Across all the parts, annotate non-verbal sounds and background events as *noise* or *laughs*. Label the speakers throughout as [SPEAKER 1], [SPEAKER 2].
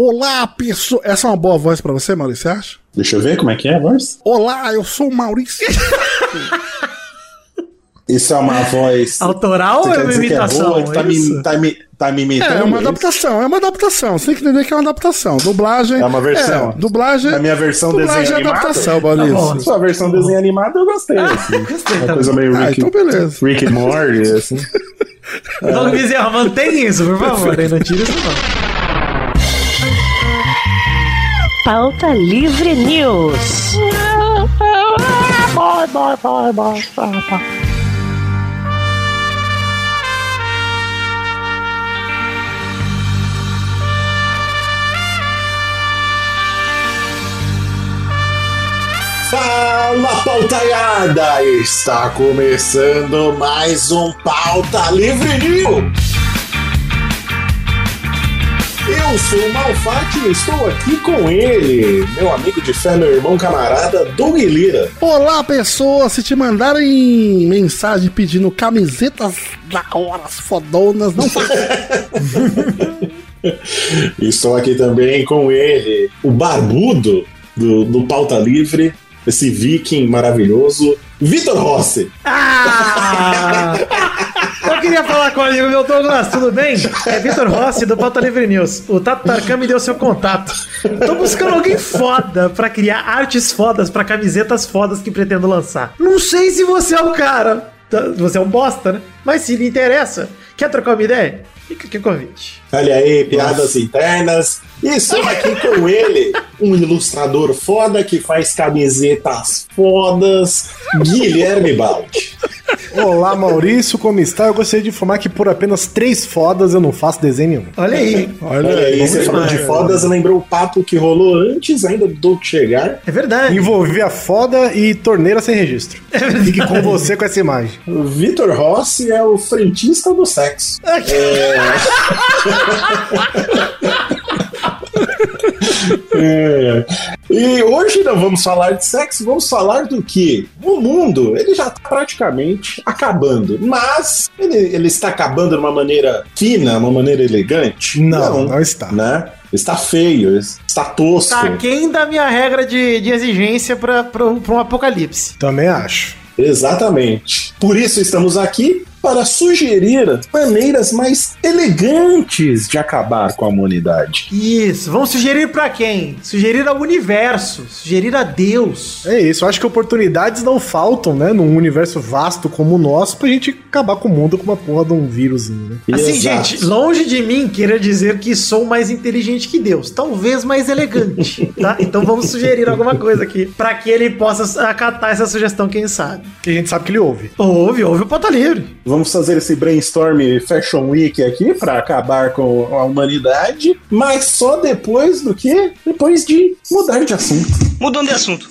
[SPEAKER 1] Olá, pessoal. Essa é uma boa voz pra você, Maurício, você acha?
[SPEAKER 2] Deixa eu ver como é que é a voz.
[SPEAKER 1] Olá, eu sou o Maurício.
[SPEAKER 2] Isso é uma voz.
[SPEAKER 3] Autoral ou
[SPEAKER 2] Você
[SPEAKER 3] é
[SPEAKER 2] quer
[SPEAKER 3] uma
[SPEAKER 2] dizer que
[SPEAKER 3] imitação? É
[SPEAKER 2] boa, que tá,
[SPEAKER 3] isso?
[SPEAKER 2] me, tá, me, tá me imitando?
[SPEAKER 1] *laughs* É, uma
[SPEAKER 2] isso?
[SPEAKER 1] adaptação, é uma adaptação. Você tem que entender que é uma adaptação. Dublagem.
[SPEAKER 2] É uma versão.
[SPEAKER 1] É, dublagem.
[SPEAKER 2] Na minha versão
[SPEAKER 1] dublagem
[SPEAKER 2] desenho
[SPEAKER 1] é
[SPEAKER 2] animado?
[SPEAKER 4] Tá
[SPEAKER 2] Tá
[SPEAKER 1] adaptação,
[SPEAKER 3] bom.
[SPEAKER 1] Maurício.
[SPEAKER 2] Sua versão desenho animado eu gostei. Assim.
[SPEAKER 3] Gostei
[SPEAKER 2] Uma
[SPEAKER 3] também.
[SPEAKER 2] coisa meio
[SPEAKER 1] Ah,
[SPEAKER 2] Rick,
[SPEAKER 1] então beleza.
[SPEAKER 2] Rick and Morty, assim. É.
[SPEAKER 3] Doug Bezerra, mantém isso, por favor. hein? Não tira isso, não.
[SPEAKER 5] Pauta Livre News.
[SPEAKER 2] Fala, pautaiada! Está começando mais um Pauta Livre New! Eu sou o Malfatti e estou aqui com ele, meu amigo de fé, meu irmão camarada, Doug Lira.
[SPEAKER 1] Olá, pessoas. Se te mandarem mensagem pedindo camisetas da hora, fodonas, não faça.
[SPEAKER 2] Estou aqui também com ele, o barbudo do, do Pauta Livre, esse viking maravilhoso, Vitor Rossi.
[SPEAKER 3] Ah! Eu queria falar com o amigo meu Douglas, tudo bem? É Vitor Rossi do Pauta Livre News. O Tato Tarkan me deu seu contato. Tô buscando alguém foda pra criar artes fodas pra camisetas fodas que pretendo lançar. Não sei se você é o cara. Tá, Você é um bosta, né? Mas se lhe interessa, quer trocar uma ideia? Fica aqui o convite.
[SPEAKER 2] Olha aí, piadas internas. E estou *laughs* aqui com ele, um ilustrador foda que faz camisetas fodas, Guilherme Baldi.
[SPEAKER 4] *laughs* Olá, Maurício, como está? Eu gostaria de informar que por apenas três fodas eu não faço desenho nenhum. É
[SPEAKER 3] Olha aí.
[SPEAKER 2] Olha aí, você falou de fodas, lembrou o papo que rolou antes ainda do Doug chegar.
[SPEAKER 3] É verdade. É
[SPEAKER 4] Envolvi a foda e torneira sem registro.
[SPEAKER 1] *laughs*
[SPEAKER 4] Fique com você com essa imagem.
[SPEAKER 2] O Vitor Rossi é o frentista do sexo. É. E hoje não vamos falar de sexo, vamos falar do que? O mundo, ele já está praticamente acabando, mas ele, ele está acabando de uma maneira fina, uma maneira elegante?
[SPEAKER 4] Não, não está.
[SPEAKER 2] Né? Está feio, está tosco.
[SPEAKER 3] Tá quem da minha regra de, de exigência pra, pra, um- pra um apocalipse.
[SPEAKER 4] Também acho.
[SPEAKER 2] Exatamente. Por isso estamos aqui para sugerir maneiras mais elegantes de acabar com a humanidade.
[SPEAKER 3] Isso, vamos sugerir pra quem? Sugerir ao universo, sugerir a Deus.
[SPEAKER 4] É isso, eu acho que oportunidades não faltam, né? Num universo vasto como o nosso, pra gente acabar com o mundo com uma porra de um vírusinho, né?
[SPEAKER 3] Assim,
[SPEAKER 2] Exato.
[SPEAKER 3] gente, longe de mim querer dizer que sou mais inteligente que Deus, talvez mais elegante, tá? Então vamos sugerir alguma coisa aqui pra que ele possa acatar essa sugestão, quem sabe.
[SPEAKER 4] Que a gente sabe que ele ouve.
[SPEAKER 3] Ouve, ouve o Pauta Livre.
[SPEAKER 2] Vamos fazer esse brainstorm Fashion Week aqui para acabar com a humanidade, mas só depois do que? Depois de mudar de assunto.
[SPEAKER 6] Mudando de assunto.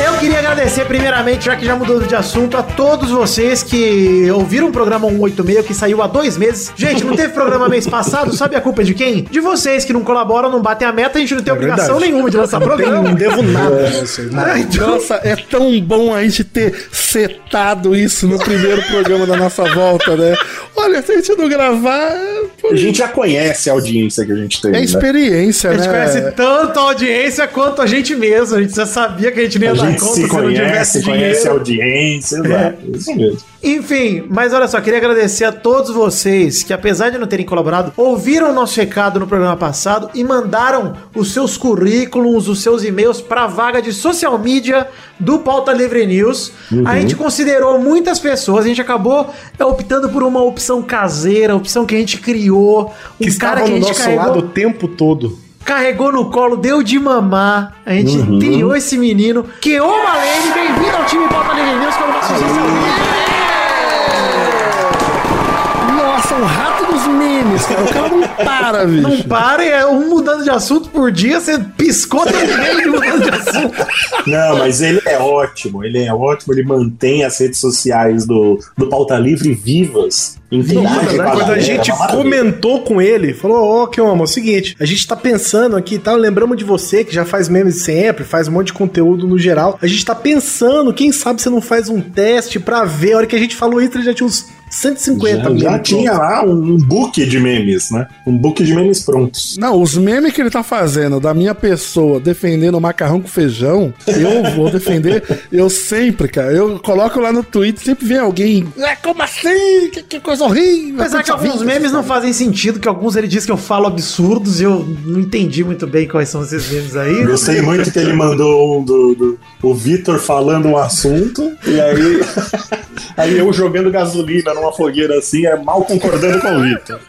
[SPEAKER 3] Eu queria agradecer primeiramente, já que já mudou de assunto, a todos vocês que ouviram o programa 186, que saiu há dois meses. Gente, não teve programa mês passado, sabe a culpa é de quem? De vocês que não colaboram, não batem a meta, a gente não tem
[SPEAKER 4] É
[SPEAKER 3] obrigação
[SPEAKER 4] verdade.
[SPEAKER 3] nenhuma de lançar
[SPEAKER 4] Eu não
[SPEAKER 3] programa.
[SPEAKER 4] devo nada pra vocês, nada.
[SPEAKER 3] Ah, então-
[SPEAKER 1] Nossa, é tão bom a gente ter setado isso no primeiro programa da nossa volta, né? Olha, se a gente não gravar, pô,
[SPEAKER 2] A gente já conhece a audiência que a gente tem,
[SPEAKER 1] é
[SPEAKER 2] né?
[SPEAKER 1] experiência,
[SPEAKER 3] A
[SPEAKER 1] né?
[SPEAKER 3] gente conhece tanto a audiência quanto a gente mesmo. A gente já sabia que a gente não ia
[SPEAKER 2] A
[SPEAKER 3] dar
[SPEAKER 2] gente
[SPEAKER 3] conta
[SPEAKER 2] se conhece, conhece a audiência, exato. Isso mesmo.
[SPEAKER 3] Enfim, mas olha só, queria agradecer a todos vocês que, apesar de não terem colaborado, ouviram o nosso recado no programa passado e mandaram os seus currículos, os seus e-mails para a vaga de social media do Pauta Livre News.
[SPEAKER 4] Uhum.
[SPEAKER 3] A gente considerou muitas pessoas, a gente acabou é, optando por uma opção caseira, opção que a gente criou, um
[SPEAKER 4] Que estava
[SPEAKER 3] cara que a
[SPEAKER 4] no
[SPEAKER 3] gente
[SPEAKER 4] nosso
[SPEAKER 3] carregou
[SPEAKER 4] lado o tempo todo.
[SPEAKER 3] carregou no colo, deu de mamar. A gente
[SPEAKER 4] Uhum.
[SPEAKER 3] criou esse menino. Que ô Malene, bem-vindo ao time Pauta Livre News como nosso social media.
[SPEAKER 1] Nossa, um rato dos memes, cara. O cara não para, bicho.
[SPEAKER 3] Não para, é um mudando de assunto por dia, você piscou também de um mudando de assunto.
[SPEAKER 2] Não, mas ele é ótimo, ele é ótimo, ele mantém as redes sociais do, do Pauta Livre vivas. Interage com a
[SPEAKER 4] Quando a
[SPEAKER 2] galera,
[SPEAKER 4] gente
[SPEAKER 2] é uma maravilha.
[SPEAKER 4] comentou com ele, falou: Ô, que é o seguinte, a gente tá pensando aqui, tá? Lembramos de você que já faz memes sempre, faz um monte de conteúdo no geral. A gente tá pensando, quem sabe você não faz um teste pra ver. A hora que a gente falou isso, ele já tinha uns 150
[SPEAKER 2] Já,
[SPEAKER 4] memes
[SPEAKER 2] já
[SPEAKER 4] prontos.
[SPEAKER 2] tinha lá um book de memes, né? Um book de memes prontos.
[SPEAKER 1] Não, os memes que ele tá fazendo da minha pessoa defendendo o macarrão com feijão, eu vou defender, eu sempre, cara. Eu coloco lá no Twitter, sempre vem alguém. Ah, como assim? Que, que coisa horrível!
[SPEAKER 3] Apesar que
[SPEAKER 1] Puxa
[SPEAKER 3] alguns
[SPEAKER 1] vida."
[SPEAKER 3] memes não fazem sentido, que alguns ele diz que eu falo absurdos e eu não entendi muito bem quais são esses memes aí.
[SPEAKER 2] Gostei muito que ele mandou um do, do- o Vitor falando um assunto e
[SPEAKER 3] *laughs*
[SPEAKER 2] aí, aí eu jogando gasolina numa fogueira assim, é mal concordando com o Vitor.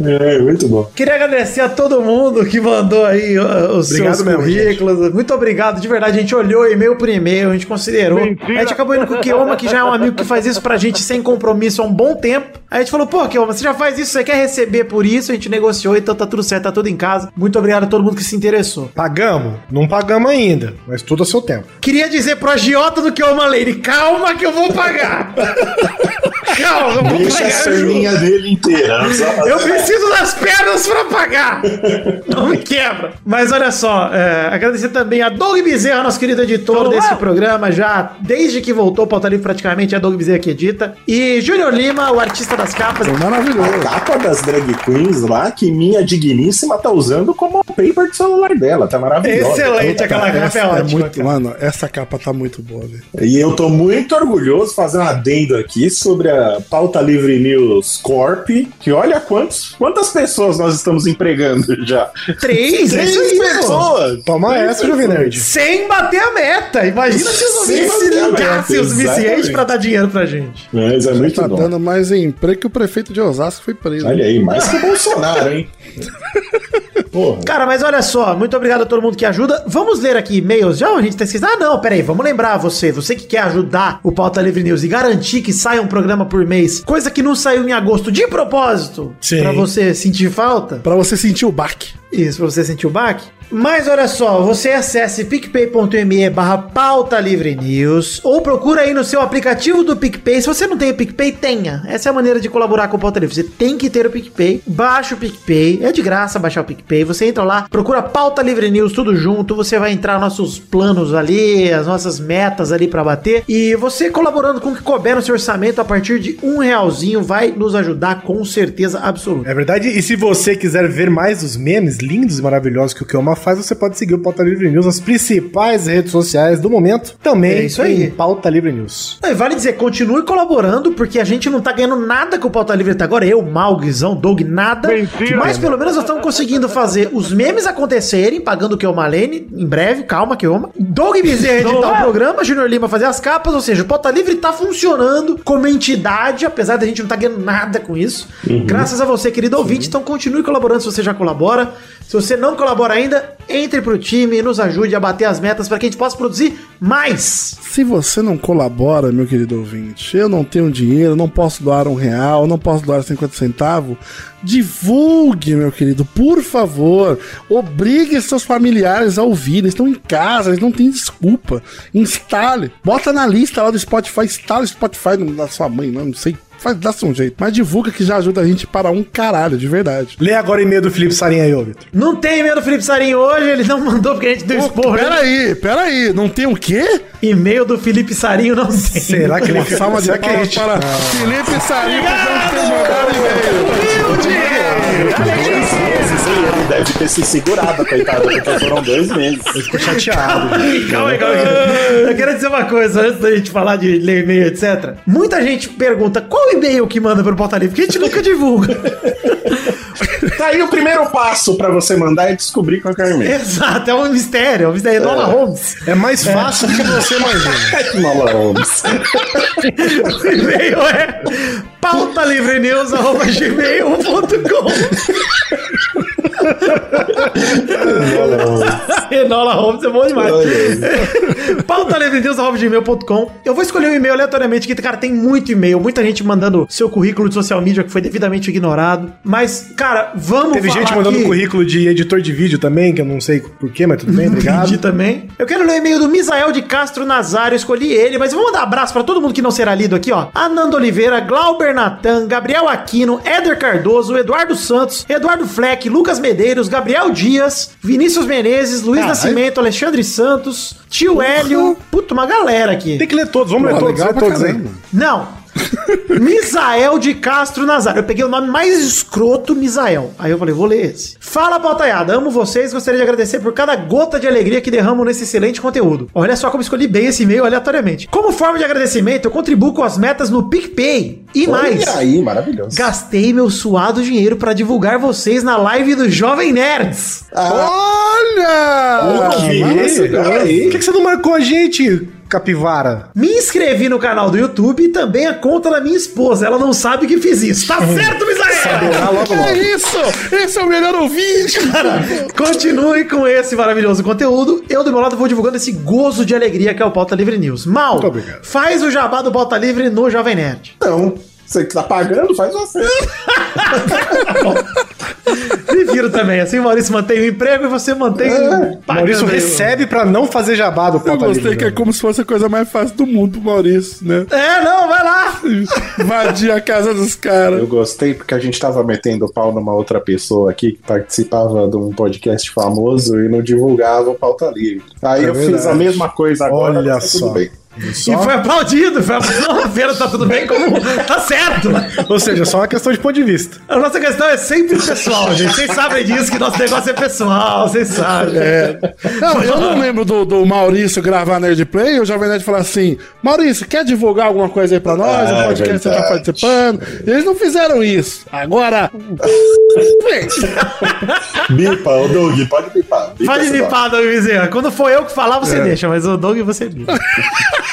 [SPEAKER 2] é, muito bom.
[SPEAKER 3] Queria agradecer a todo mundo que mandou aí ó, os
[SPEAKER 4] Obrigado
[SPEAKER 3] seus
[SPEAKER 4] mesmo,
[SPEAKER 3] currículos. Muito obrigado, de verdade. A gente olhou e-mail por e-mail, a gente considerou. A gente acabou indo com o Kioma, que já é um amigo que faz isso pra gente sem compromisso há um bom tempo. Aí a gente falou, pô, Kioma, você já faz isso, você quer receber por isso? A gente negociou, então tá tudo certo, tá tudo em casa. Muito obrigado a todo mundo que se interessou.
[SPEAKER 4] Pagamos? Não pagamos ainda, mas tudo a seu tempo.
[SPEAKER 3] Queria dizer pro agiota do Kioma Lady, calma que eu vou pagar. *laughs* calma, eu vou
[SPEAKER 2] Deixa a
[SPEAKER 3] pagar. junto.
[SPEAKER 2] perninha dele inteira. não precisa fazer
[SPEAKER 3] Eu preciso das pernas pra pagar! Não me quebra! Mas olha só, é, agradecer também a Doug Bezerra, nosso querido editor desse programa, já desde que voltou o Pauta Livre praticamente, é a Doug Bezerra que edita. E Júnior Lima, o artista das capas.
[SPEAKER 2] A
[SPEAKER 1] É Maravilhoso.
[SPEAKER 2] capa das drag queens lá que minha digníssima tá usando como paper de celular dela, tá maravilhosa.
[SPEAKER 3] Excelente
[SPEAKER 4] Ah, tá,
[SPEAKER 3] aquela capa,
[SPEAKER 1] Essa
[SPEAKER 3] é
[SPEAKER 1] é
[SPEAKER 3] ótima.
[SPEAKER 1] muito,
[SPEAKER 3] cara.
[SPEAKER 1] mano, essa capa tá muito boa, velho.
[SPEAKER 2] E eu tô muito orgulhoso fazendo um adendo aqui sobre a Pauta Livre News Corp, que olha quantos, quantas pessoas nós estamos empregando *laughs* já.
[SPEAKER 3] Três, é isso aí, pessoal.
[SPEAKER 4] Toma
[SPEAKER 2] Três
[SPEAKER 4] essa, Juvinerd.
[SPEAKER 3] Sem bater a meta! Imagina se os
[SPEAKER 2] Sem
[SPEAKER 3] ouvintes se
[SPEAKER 2] bater a
[SPEAKER 3] ligassem o
[SPEAKER 2] meta,
[SPEAKER 3] suficiente
[SPEAKER 2] exatamente.
[SPEAKER 3] pra dar dinheiro pra gente.
[SPEAKER 2] Mas é muito
[SPEAKER 1] Tá
[SPEAKER 2] bom.
[SPEAKER 1] dando mais emprego que o prefeito de Osasco foi preso.
[SPEAKER 2] Olha aí, mais que Bolsonaro, hein? Porra.
[SPEAKER 3] Cara, mas olha só, muito obrigado a todo mundo que ajuda. Vamos ler aqui e-mails já? ou A gente tá esquecendo. Ah, não, peraí, vamos lembrar você. Você que quer ajudar o Pauta Livre News e garantir que saia um programa por mês, coisa que não saiu em agosto de propósito,
[SPEAKER 4] Sim.
[SPEAKER 3] pra você sentir falta.
[SPEAKER 1] Pra você sentir o baque.
[SPEAKER 3] Isso, pra você sentir o baque. Mas olha só, você acesse picpay.me barra pauta livre news ou procura aí no seu aplicativo do PicPay. Se você não tem o PicPay, tenha. Essa é a maneira de colaborar com o Pauta Livre. Você tem que ter o PicPay. Baixa o PicPay. É de graça baixar o PicPay. Você entra lá, procura pauta livre news, tudo junto. Você vai entrar nossos planos ali, as nossas metas ali pra bater. E você colaborando com o que couber no seu orçamento a partir de um realzinho vai nos ajudar com certeza absoluta.
[SPEAKER 4] É verdade, e se você quiser ver mais os memes lindos e maravilhosos que o Kioma faz, você pode seguir o Pauta Livre News nas principais redes sociais do momento. Também
[SPEAKER 3] É isso aí.
[SPEAKER 4] em Pauta Livre News.
[SPEAKER 3] Não, e vale dizer, continue colaborando, porque a gente não tá ganhando nada com o Pauta Livre até agora. Eu, Mal, Guizão, Doug, nada. Mas pelo menos nós estamos conseguindo fazer os memes acontecerem, pagando o Keoma Lane, em breve, calma, Keoma. Doug Bezerra editar o programa, Junior Lima fazer as capas, ou seja, o Pauta Livre tá funcionando como entidade, apesar da gente não tá ganhando nada com isso. Graças a você, querido ouvinte, então continue colaborando se você já colabora. Se você não colabora ainda, entre pro time e nos ajude a bater as metas para que a gente possa produzir mais.
[SPEAKER 1] Se você não colabora, meu querido ouvinte, eu não tenho dinheiro, não posso doar um real, não posso doar 50 centavos, divulgue, meu querido, por favor. Obrigue seus familiares a ouvir, eles estão em casa, eles não têm desculpa. Instale, bota na lista lá do Spotify, instale o Spotify no- da sua mãe, não, não sei. Faz, dá um jeito. Mas divulga que já ajuda a gente para um caralho, de verdade.
[SPEAKER 4] Lê agora o e-mail do Felipe Sarinha aí, ô Vitor.
[SPEAKER 3] Não tem e-mail do Felipe Sarinho hoje, ele não mandou porque a gente deu esporro. né?
[SPEAKER 1] Peraí, peraí, não tem o quê?
[SPEAKER 3] E-mail do Felipe Sarinho não tem.
[SPEAKER 4] Será que ele
[SPEAKER 1] Uma salva de
[SPEAKER 4] será que a
[SPEAKER 1] palmas
[SPEAKER 4] gente-
[SPEAKER 1] para Felipe Sarinho por não ter mandado e-mail.
[SPEAKER 2] Dois meses, hein? Ele deve ter se segurado, coitado, porque foram dois meses. *laughs*
[SPEAKER 4] Ficou chateado.
[SPEAKER 3] *laughs* Calma aí, calma aí. Eu quero dizer uma coisa antes da gente falar de ler e-mail, etc. Muita gente pergunta qual e-mail que manda pro Pauta Livre, porque a gente nunca divulga.
[SPEAKER 2] Tá aí o primeiro passo pra você mandar é descobrir qual que é o e-mail.
[SPEAKER 3] Exato, é um mistério, é um mistério. Dona Holmes.
[SPEAKER 4] É mais fácil do que você imagina.
[SPEAKER 2] Nola Holmes.
[SPEAKER 3] O e-mail é pautalivrenews.gmail.com
[SPEAKER 2] Nola Holmes.
[SPEAKER 3] Enola Holmes é bom demais.
[SPEAKER 2] Olha aí.
[SPEAKER 3] pautalivredeus.com. Eu vou escolher um e-mail aleatoriamente, que, cara, tem muito e-mail, muita gente mandando seu currículo de social media que foi devidamente ignorado. Mas, cara, vamos
[SPEAKER 4] Teve
[SPEAKER 3] falar
[SPEAKER 4] gente mandando
[SPEAKER 3] aqui.
[SPEAKER 4] currículo de editor de vídeo também, que eu não sei porquê, mas tudo bem, obrigado.
[SPEAKER 3] Entendi também. Eu quero ler o e-mail do Misael de Castro Nazário, eu escolhi ele, mas eu vou mandar um abraço pra todo mundo que não será lido aqui, ó. Ananda Oliveira, Glauber Natan, Gabriel Aquino, Éder Cardoso, Eduardo Santos, Eduardo Fleck, Lucas Medeiros, Gabriel Dias, Vinícius Menezes, Luiz
[SPEAKER 1] Caralho.
[SPEAKER 3] Nascimento, Alexandre Santos, Tio Hélio. Puta, uma galera aqui.
[SPEAKER 4] Tem que ler todos, vamos ler
[SPEAKER 1] Pô,
[SPEAKER 4] todos,
[SPEAKER 1] legal
[SPEAKER 4] ler
[SPEAKER 1] pra
[SPEAKER 4] todos aí.
[SPEAKER 1] caramba.
[SPEAKER 2] *laughs*
[SPEAKER 3] Não. Misael de Castro Nazário. Eu peguei o nome mais escroto, Misael. Aí eu falei, vou ler esse. Fala, pautaiada. Amo vocês. Gostaria de agradecer por cada gota de alegria que derramam nesse excelente conteúdo. Olha só como escolhi bem esse e-mail aleatoriamente. Como forma de agradecimento, eu contribuo com as metas no PicPay. E mais.
[SPEAKER 2] Olha aí, maravilhoso.
[SPEAKER 3] Gastei meu suado dinheiro pra divulgar vocês na live do Jovem Nerds.
[SPEAKER 1] Olha!
[SPEAKER 2] O quê? Olha aí.
[SPEAKER 4] Por que, que você não marcou a gente, capivara?
[SPEAKER 3] Me inscrevi no canal do YouTube e também a conta da minha esposa. Ela não sabe que fiz isso.
[SPEAKER 2] *laughs*
[SPEAKER 3] Tá certo, Misael?
[SPEAKER 4] Saberá logo
[SPEAKER 1] Que
[SPEAKER 4] logo.
[SPEAKER 1] isso? Esse é o melhor ouvinte, cara!
[SPEAKER 3] Continue com esse maravilhoso conteúdo. Eu, do meu lado, vou divulgando esse gozo de alegria que é o Pauta Livre News. Mal,
[SPEAKER 4] Muito obrigado.
[SPEAKER 3] faz o jabá do Pauta Livre no Jovem Nerd.
[SPEAKER 2] Então, você que tá pagando, faz você.
[SPEAKER 3] Prefiro também. Assim, Maurício mantém o emprego e você mantém.
[SPEAKER 2] É,
[SPEAKER 3] pagando
[SPEAKER 4] Maurício
[SPEAKER 3] aí,
[SPEAKER 4] recebe pra não fazer jabá do
[SPEAKER 1] Tá, Eu
[SPEAKER 4] Pauta
[SPEAKER 1] gostei que é
[SPEAKER 4] Livre.
[SPEAKER 1] como se fosse a coisa mais fácil do mundo pro Maurício, né?
[SPEAKER 3] É, não, vai lá.
[SPEAKER 1] Invadir a casa dos caras.
[SPEAKER 2] Eu gostei porque a gente tava metendo pau numa outra pessoa aqui que participava de um podcast famoso e não divulgava o pauta livre. Aí
[SPEAKER 4] É
[SPEAKER 2] eu fiz
[SPEAKER 4] verdade.
[SPEAKER 2] a mesma coisa agora.
[SPEAKER 4] Olha
[SPEAKER 2] tá tudo
[SPEAKER 4] só.
[SPEAKER 2] bem.
[SPEAKER 3] E foi aplaudido. Foi aplaudido. Vera, tá tudo bem? Como? Tá certo.
[SPEAKER 4] Ou seja, só uma questão de ponto de vista.
[SPEAKER 3] A nossa questão é sempre pessoal, gente. Vocês sabem disso, que nosso negócio é pessoal. Vocês sabem.
[SPEAKER 1] Não, eu não lembro do, do Maurício gravar Nerd Play, o Jovem Nerd falar assim: Maurício, quer divulgar alguma coisa aí pra nós?
[SPEAKER 2] Ah,
[SPEAKER 1] o podcast que você tá
[SPEAKER 2] verdade.
[SPEAKER 1] participando. E eles não fizeram isso. *laughs* Agora. Gente,
[SPEAKER 2] Bipa, ô Doug, *laughs* pode bipar. Bipa
[SPEAKER 3] Pode
[SPEAKER 2] esse
[SPEAKER 3] limpar, Doug Bezerra. Quando for eu que falar, você deixa, mas o Doug você limpa. *laughs*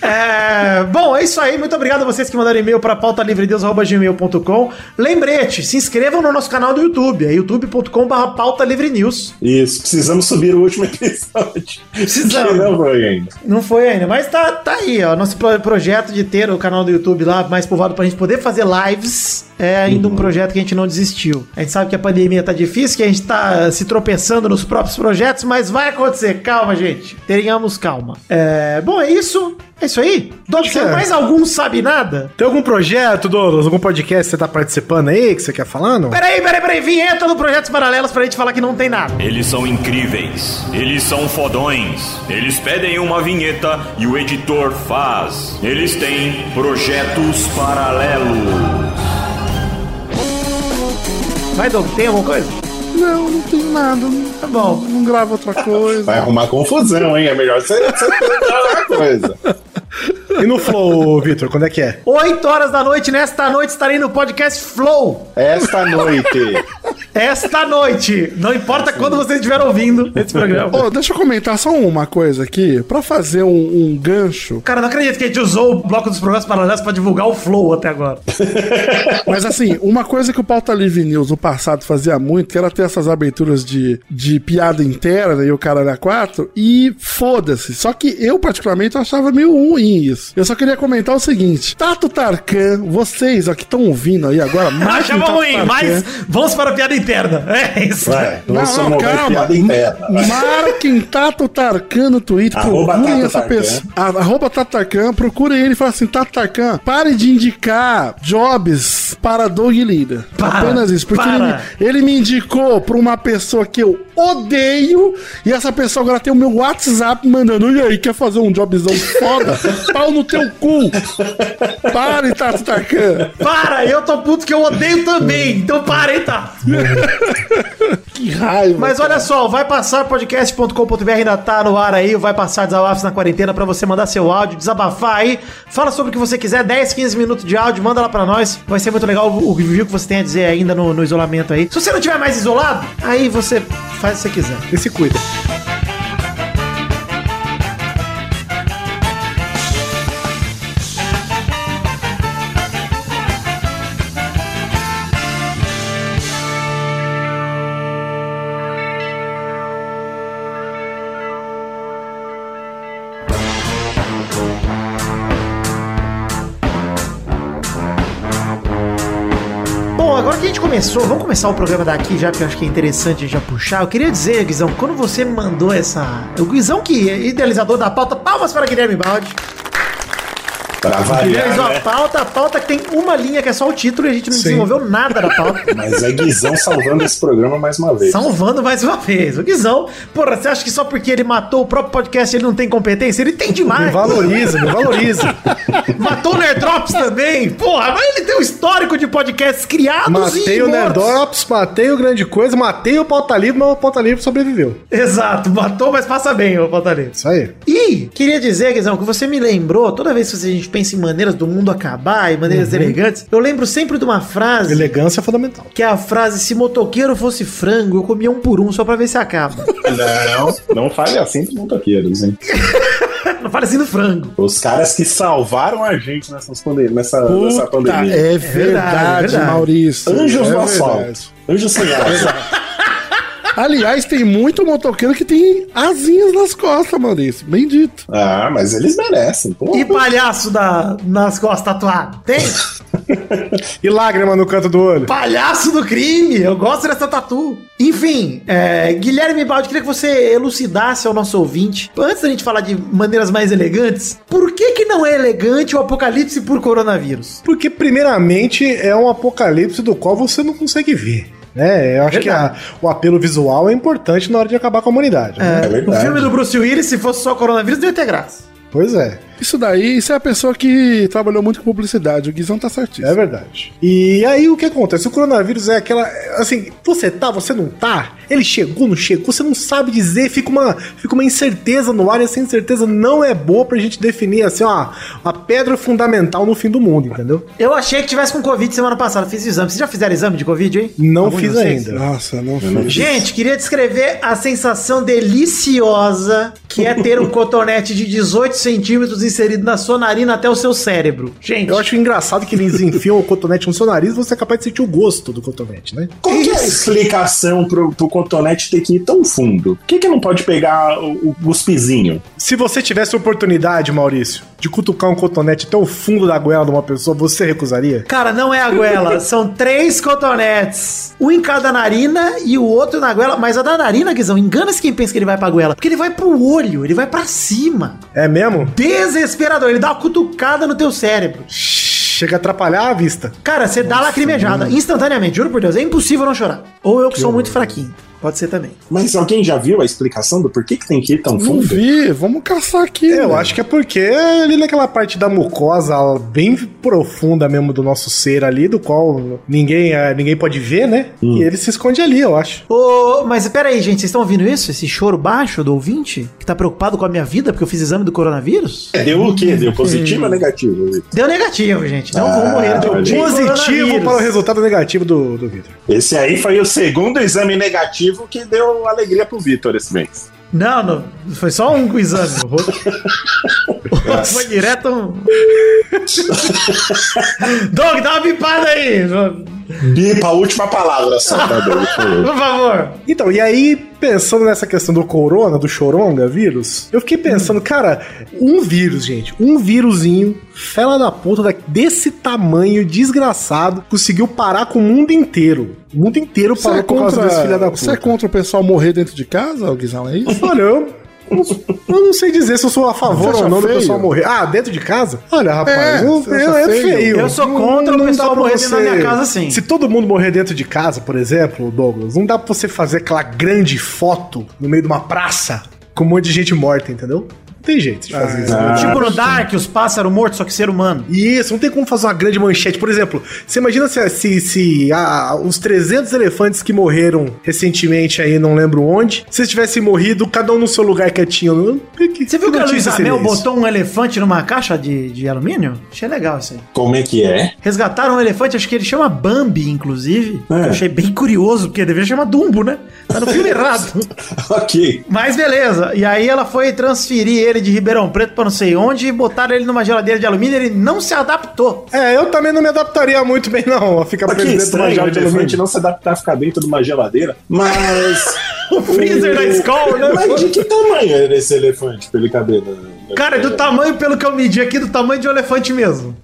[SPEAKER 3] É, bom, é isso aí. Muito obrigado a vocês que mandaram e-mail para pautalivredeus.gmail.com. Lembrete, se inscrevam no nosso canal do YouTube, é youtube.com.br pautalivrenews.
[SPEAKER 2] Isso, precisamos subir o último *laughs* episódio.
[SPEAKER 3] Precisamos.
[SPEAKER 2] Que Não foi ainda.
[SPEAKER 3] Não foi ainda, mas tá, tá aí, ó. Nosso pro- projeto de ter o canal do YouTube lá mais povoado pra gente poder fazer lives é ainda um projeto que a gente não desistiu. A gente sabe que a pandemia tá difícil, que a gente tá se tropeçando nos próprios projetos, mas vai acontecer. Calma, gente. Tenhamos calma. É, bom, é isso. É isso aí. Doc,
[SPEAKER 4] que é.
[SPEAKER 3] mais algum sabe nada?
[SPEAKER 4] Tem algum projeto, Douglas? Algum podcast que você tá participando aí, que você quer falar, não?
[SPEAKER 3] Peraí, peraí, peraí. Vinheta do Projetos Paralelos pra gente falar que não tem nada.
[SPEAKER 6] Eles são incríveis, eles são fodões. Eles pedem uma vinheta e o editor faz. Eles têm projetos paralelos.
[SPEAKER 3] Vai, Doug, tem alguma coisa?
[SPEAKER 1] não, não tem nada. não-
[SPEAKER 3] Tá bom.
[SPEAKER 1] Não grava outra coisa.
[SPEAKER 2] Vai arrumar confusão, hein? É melhor você você tentar outra coisa.
[SPEAKER 4] E no Flow, Vitor, quando é que é?
[SPEAKER 3] 8 horas da noite, nesta noite estarei no podcast Flow.
[SPEAKER 2] Esta noite.
[SPEAKER 3] Esta noite, não importa quando vocês estiver ouvindo esse programa.
[SPEAKER 1] Ô, deixa eu comentar só uma coisa aqui. Pra fazer um, um gancho,
[SPEAKER 3] Cara, não acredito que a gente usou o bloco dos programas paralelos pra divulgar o Flow até agora.
[SPEAKER 1] Mas assim, uma coisa que o Pauta Livre News no passado fazia muito, que era ter essas aberturas de, de piada interna e o cara era quatro, e foda-se. Só que eu, particularmente, eu achava meio ruim isso. Eu só queria comentar o seguinte: Tato Tarkan, vocês ó, que estão ouvindo aí
[SPEAKER 3] *laughs*
[SPEAKER 1] agora, mais um
[SPEAKER 3] Achava ruim, mas vamos para a piada interna. É isso.
[SPEAKER 2] Vai,
[SPEAKER 1] Não,
[SPEAKER 2] vamos
[SPEAKER 1] não,
[SPEAKER 2] promover
[SPEAKER 1] calma.
[SPEAKER 2] piada interna. vai.
[SPEAKER 1] Marquem Tato Tarkan no Twitter.
[SPEAKER 2] Arroba
[SPEAKER 1] Procurem
[SPEAKER 2] Tato
[SPEAKER 1] essa
[SPEAKER 2] Tarkan.
[SPEAKER 1] pessoa. a- Arroba Tato Tarkan. Procurem ele e fala assim: Tato Tarkan, pare de indicar jobs para Doug Lida.
[SPEAKER 3] Para,
[SPEAKER 1] Apenas isso. Porque ele,
[SPEAKER 3] para.
[SPEAKER 1] ele me indicou pra uma pessoa que eu odeio. E essa pessoa agora tem o meu WhatsApp mandando: e aí, quer fazer um jobzão foda? *laughs* Pau no teu cu. Pare, Tato Tarkan.
[SPEAKER 3] Para, eu tô puto que eu odeio também. Então para, hein, tá?
[SPEAKER 1] Que raiva.
[SPEAKER 3] Mas olha só, o vai passar podcast.com.br ainda tá no ar aí, o vai passar desabafos na quarentena pra você mandar seu áudio, desabafar aí, fala sobre o que você quiser, 10, 15 minutos de áudio, manda lá pra nós. Vai ser muito legal o o review que você tem a dizer ainda no, no isolamento aí. Se você não tiver mais isolado, aí você faz o que você quiser.
[SPEAKER 4] E se cuida.
[SPEAKER 3] agora que a gente começou, vamos começar o programa daqui já, que eu acho que é interessante já puxar. Eu queria dizer, Guizão, quando você me mandou essa. O Guizão, que é idealizador da pauta, palmas para Guilherme Baldi.
[SPEAKER 2] Pra variar,
[SPEAKER 3] *laughs* Idealizou a
[SPEAKER 2] né?
[SPEAKER 3] pauta, a pauta que tem uma linha que é só o título e a gente não
[SPEAKER 4] É. Sim.
[SPEAKER 3] desenvolveu nada da
[SPEAKER 4] *laughs*
[SPEAKER 3] pauta.
[SPEAKER 2] Mas é Guizão salvando esse programa mais uma vez.
[SPEAKER 3] Salvando mais uma vez. O Guizão, porra, você acha que só porque ele matou o próprio podcast ele não tem competência? Ele tem
[SPEAKER 4] Me
[SPEAKER 3] demais.
[SPEAKER 4] valoriza, me valoriza.
[SPEAKER 3] *laughs* Matou o Nerdrops também. Porra, mas ele tem um histórico de podcasts criados
[SPEAKER 4] matei o
[SPEAKER 3] mortos.
[SPEAKER 4] Nerdops, matei o Grande Coisa, matei o Pauta Livre, mas o Pauta Livre sobreviveu.
[SPEAKER 3] Exato, matou, mas passa bem, ô Pantalê.
[SPEAKER 4] Isso aí.
[SPEAKER 3] E queria dizer, Guizão, que você me lembrou, toda vez que a gente pensa em maneiras do mundo acabar e
[SPEAKER 4] Uhum.
[SPEAKER 3] maneiras elegantes, eu lembro sempre de uma frase.
[SPEAKER 4] Elegância é fundamental.
[SPEAKER 3] que é a frase, se motoqueiro fosse frango, eu comia um por um só pra ver se *laughs* acaba.
[SPEAKER 2] Não, não fale assim pro motoqueiros, hein?
[SPEAKER 3] Não fala assim do frango.
[SPEAKER 2] Os caras que salvaram a gente nessas pande- nessa, nessa
[SPEAKER 1] Puta,
[SPEAKER 2] pandemia.
[SPEAKER 1] é verdade,
[SPEAKER 3] verdade, é verdade.
[SPEAKER 1] Maurício.
[SPEAKER 2] Anjos
[SPEAKER 1] é
[SPEAKER 2] no
[SPEAKER 1] verdade. É
[SPEAKER 2] asfalto. Anjos sem asfalto.
[SPEAKER 1] Aliás, tem muito motoqueiro que tem asinhas nas costas, Maurício. Bendito.
[SPEAKER 2] Ah, mas eles merecem. Pô.
[SPEAKER 3] E palhaço da, nas costas tatuado? Tem?
[SPEAKER 4] E lágrima no canto do olho.
[SPEAKER 3] Palhaço do crime! Eu gosto dessa tatu. Enfim, é, Guilherme Baldi, queria que você elucidasse ao nosso ouvinte, antes da gente falar de maneiras mais elegantes, por que que não é elegante o apocalipse por coronavírus?
[SPEAKER 4] Porque, primeiramente, é um apocalipse do qual você não consegue ver. Né? Eu acho
[SPEAKER 3] Verdade.
[SPEAKER 4] que a- o apelo visual é importante na hora de acabar com a humanidade. né?
[SPEAKER 2] É
[SPEAKER 3] O
[SPEAKER 2] verdade.
[SPEAKER 3] filme do Bruce Willis, se fosse só coronavírus, não ia ter graça.
[SPEAKER 4] Pois é,
[SPEAKER 1] Isso daí, isso é a pessoa que trabalhou muito com publicidade. O Guizão tá certíssimo.
[SPEAKER 4] é verdade. E aí o que acontece? O coronavírus é aquela. Assim, você tá, você não tá? Ele chegou, não chegou, você não sabe dizer, fica uma, fica uma incerteza no ar, e essa incerteza não é boa pra gente definir assim, ó, a pedra fundamental no fim do mundo, entendeu?
[SPEAKER 3] Eu achei que tivesse com Covid semana passada, fiz o exame. Vocês já fizeram exame de Covid, hein?
[SPEAKER 4] Não
[SPEAKER 3] Algum de
[SPEAKER 4] fiz
[SPEAKER 3] vocês?
[SPEAKER 4] ainda.
[SPEAKER 1] Nossa, não
[SPEAKER 2] não
[SPEAKER 1] foi.
[SPEAKER 3] Gente, queria descrever a sensação deliciosa que é ter
[SPEAKER 4] *laughs*
[SPEAKER 3] um cotonete de 18 centímetros inserido na sua narina até o seu cérebro. Gente,
[SPEAKER 4] Eu acho engraçado que eles enfiam o cotonete no seu nariz e você é capaz de sentir o gosto do cotonete, né?
[SPEAKER 2] Qual que é a explicação pro, pro cotonete ter que ir tão fundo? Por que, que não pode pegar o, o guspizinho?
[SPEAKER 4] Se você tivesse a oportunidade, Maurício, de cutucar um cotonete até o fundo da goela de uma pessoa, você recusaria?
[SPEAKER 3] Cara, não é a
[SPEAKER 4] *laughs*
[SPEAKER 3] goela, são três cotonetes. Um em cada narina e o outro na goela. Mas a da narina, Guizão, engana-se quem pensa que ele vai pra goela. Porque ele vai pro olho, ele vai pra cima.
[SPEAKER 4] É mesmo?
[SPEAKER 3] Desesperador, ele dá uma cutucada no teu cérebro.
[SPEAKER 4] Chega a atrapalhar a vista.
[SPEAKER 3] Cara, você dá lacrimejada instantaneamente, juro por Deus, é impossível não chorar. Ou eu que sou muito fraquinho. Pode ser também.
[SPEAKER 2] Mas alguém já viu a explicação do porquê que tem que ir tão
[SPEAKER 1] Não
[SPEAKER 2] fundo?
[SPEAKER 1] vi, vamos caçar aqui.
[SPEAKER 4] Eu
[SPEAKER 1] né?
[SPEAKER 4] acho que é porque ali naquela parte da mucosa bem profunda mesmo do nosso ser ali, do qual ninguém, eh, ninguém pode ver, né?
[SPEAKER 1] Hum.
[SPEAKER 4] E ele se esconde ali, eu acho.
[SPEAKER 3] Ô, mas pera aí, gente, vocês estão ouvindo isso? Esse choro baixo do ouvinte? Que tá preocupado com a minha vida porque eu fiz exame do coronavírus?
[SPEAKER 2] É, Deu o quê? Deu positivo
[SPEAKER 1] Hum.
[SPEAKER 2] ou negativo?
[SPEAKER 3] Deu negativo, gente. Não vou
[SPEAKER 2] Ah,
[SPEAKER 3] morrer. Deu
[SPEAKER 2] olha aí.
[SPEAKER 4] Positivo
[SPEAKER 3] coronavírus.
[SPEAKER 4] para o resultado negativo do, do Vitor.
[SPEAKER 2] Esse aí foi o segundo exame negativo que deu alegria pro Vitor esse mês.
[SPEAKER 3] Não, não, foi só um
[SPEAKER 4] *laughs*
[SPEAKER 3] exame. O outro, o outro foi direto. um- Doug, dá uma bipada aí,
[SPEAKER 2] Bipa, a última palavra só pra Deus, por
[SPEAKER 3] *laughs*
[SPEAKER 2] favor.
[SPEAKER 3] por favor.
[SPEAKER 4] Então, e aí, pensando nessa questão do corona, do choronga vírus, eu fiquei pensando, cara, um vírus, gente, um vírusinho, fela da puta, da- desse tamanho desgraçado, conseguiu parar com o mundo inteiro. O mundo inteiro
[SPEAKER 1] Você é,
[SPEAKER 4] parou por causa desse filho da
[SPEAKER 1] contra,
[SPEAKER 4] puta.
[SPEAKER 1] você é contra o pessoal morrer dentro de casa, o Guizão? É isso?
[SPEAKER 4] Olha, eu, eu não sei dizer se eu sou a favor
[SPEAKER 1] Você
[SPEAKER 4] ou
[SPEAKER 1] acha
[SPEAKER 4] não do
[SPEAKER 1] feio?
[SPEAKER 4] pessoal morrer. Ah, dentro de casa? Olha, rapaz,
[SPEAKER 1] É,
[SPEAKER 4] eu-
[SPEAKER 1] você acha
[SPEAKER 4] eu- é
[SPEAKER 1] feio?
[SPEAKER 4] feio.
[SPEAKER 3] Eu sou
[SPEAKER 4] Não-
[SPEAKER 3] contra o
[SPEAKER 4] não dá
[SPEAKER 3] pessoal
[SPEAKER 4] pra
[SPEAKER 3] morrer dentro da minha casa, sim.
[SPEAKER 4] Se todo mundo morrer dentro de casa, por exemplo, Douglas, não dá pra você fazer aquela grande foto no meio de uma praça com um monte de gente morta, entendeu? Não tem jeito de fazer isso.
[SPEAKER 1] é.
[SPEAKER 2] Ah,
[SPEAKER 3] tipo no Dark, os pássaros mortos, só que ser humano.
[SPEAKER 4] Isso, não tem como fazer uma grande manchete. Por exemplo, você imagina se, se, se, ah, os 300 elefantes que morreram recentemente aí, não lembro onde, se eles tivessem morrido, cada um no seu lugar quietinho. Que- que-
[SPEAKER 3] Você viu que a Luiz
[SPEAKER 4] notícia seria
[SPEAKER 3] Amel
[SPEAKER 4] isso?
[SPEAKER 3] botou um elefante numa caixa de, de alumínio? Achei legal isso aí.
[SPEAKER 2] Como é que é?
[SPEAKER 3] Resgataram um elefante, acho que ele chama Bambi, inclusive.
[SPEAKER 2] É.
[SPEAKER 3] Eu achei bem curioso, porque deveria chamar Dumbo, né? Tá no
[SPEAKER 2] *laughs*
[SPEAKER 3] filme errado.
[SPEAKER 2] *laughs* ok.
[SPEAKER 3] Mas beleza. E aí ela foi transferir ele de Ribeirão Preto pra não sei onde e botaram ele numa geladeira de alumínio. Ele não se adaptou.
[SPEAKER 4] É, eu também não me adaptaria muito bem, não, a ficar
[SPEAKER 2] Mas que
[SPEAKER 4] preso dentro de uma
[SPEAKER 2] Tá estranho, o
[SPEAKER 4] jaula de
[SPEAKER 2] elefante
[SPEAKER 4] *laughs* alumínio.
[SPEAKER 2] não se adaptar a ficar dentro de uma geladeira. Mas.
[SPEAKER 3] O freezer da escola,
[SPEAKER 2] *laughs*
[SPEAKER 3] né?
[SPEAKER 2] Mas de que tamanho era esse é elefante pra ele caber na,
[SPEAKER 3] Cara, é do tamanho, pelo que eu medi aqui, do tamanho de um elefante mesmo.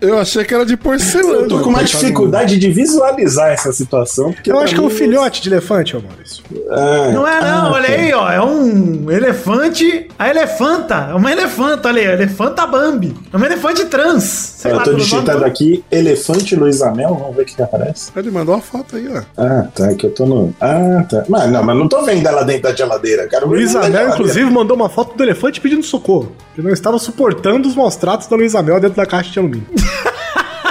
[SPEAKER 1] Eu achei que era de porcelana. tá
[SPEAKER 2] Eu tô com mais
[SPEAKER 1] coitado.
[SPEAKER 2] dificuldade de visualizar essa situação. Porque
[SPEAKER 4] Eu
[SPEAKER 2] pra
[SPEAKER 4] acho que é um
[SPEAKER 2] mim-
[SPEAKER 4] filhote de elefante, ô Maurício.
[SPEAKER 2] Ah,
[SPEAKER 3] Não é não, olha aí, ó. É um elefante. A elefanta. É uma elefanta, olha aí. Elefanta Bambi. É uma elefante trans. Sei
[SPEAKER 2] eu tô
[SPEAKER 3] pelo
[SPEAKER 2] digitando
[SPEAKER 3] nome.
[SPEAKER 2] aqui Elefante Luiz Amel, vamos ver o que que aparece.
[SPEAKER 1] Ele mandou a foto aí, ó.
[SPEAKER 2] Ah, tá, que eu tô no. Ah, tá. Mas não, mas não tô vendo ela dentro da geladeira, cara. Eu
[SPEAKER 4] Luiz
[SPEAKER 2] vou dentro da
[SPEAKER 4] Amel,
[SPEAKER 2] geladeira.
[SPEAKER 4] inclusive, mandou uma foto do elefante pedindo socorro. Que não estava suportando os maus tratos da Luiz Amel dentro da caixa de alumínio.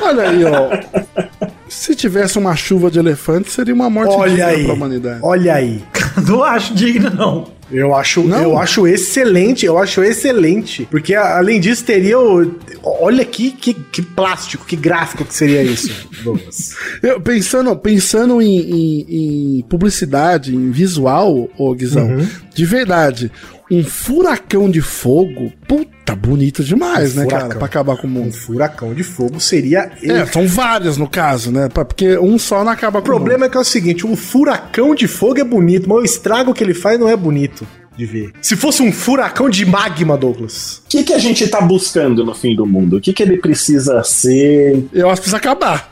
[SPEAKER 1] Olha aí, ó. Se tivesse uma chuva de elefantes, seria uma morte
[SPEAKER 4] Olha
[SPEAKER 1] digna
[SPEAKER 4] aí.
[SPEAKER 1] pra humanidade.
[SPEAKER 4] Olha aí.
[SPEAKER 3] *laughs* Não acho digno, não.
[SPEAKER 4] Eu acho,
[SPEAKER 1] Não?
[SPEAKER 4] eu acho excelente, eu acho excelente. Porque a- além disso, teria o. Olha que, que, que plástico, que gráfico que
[SPEAKER 1] *laughs*
[SPEAKER 4] seria isso, Douglas.
[SPEAKER 1] Eu, pensando pensando em, em- em publicidade, em visual, ô Guizão,
[SPEAKER 4] Uhum.
[SPEAKER 1] de verdade, um furacão de fogo, puta, bonito demais,
[SPEAKER 4] Um
[SPEAKER 1] né,
[SPEAKER 4] furacão.
[SPEAKER 1] cara? Pra acabar com o
[SPEAKER 4] Um
[SPEAKER 1] mundo.
[SPEAKER 4] furacão de fogo seria.
[SPEAKER 1] É, são vários no caso, né? pra- Porque um só não acaba
[SPEAKER 4] O
[SPEAKER 1] com
[SPEAKER 4] problema é que é o seguinte: o furacão de fogo é bonito, mas o estrago que ele faz não é bonito de ver. Se fosse um furacão de magma, Douglas.
[SPEAKER 2] O que, que a gente tá buscando no fim do mundo? O que, que ele precisa ser?
[SPEAKER 1] o mundo. Eu acho que precisa acabar.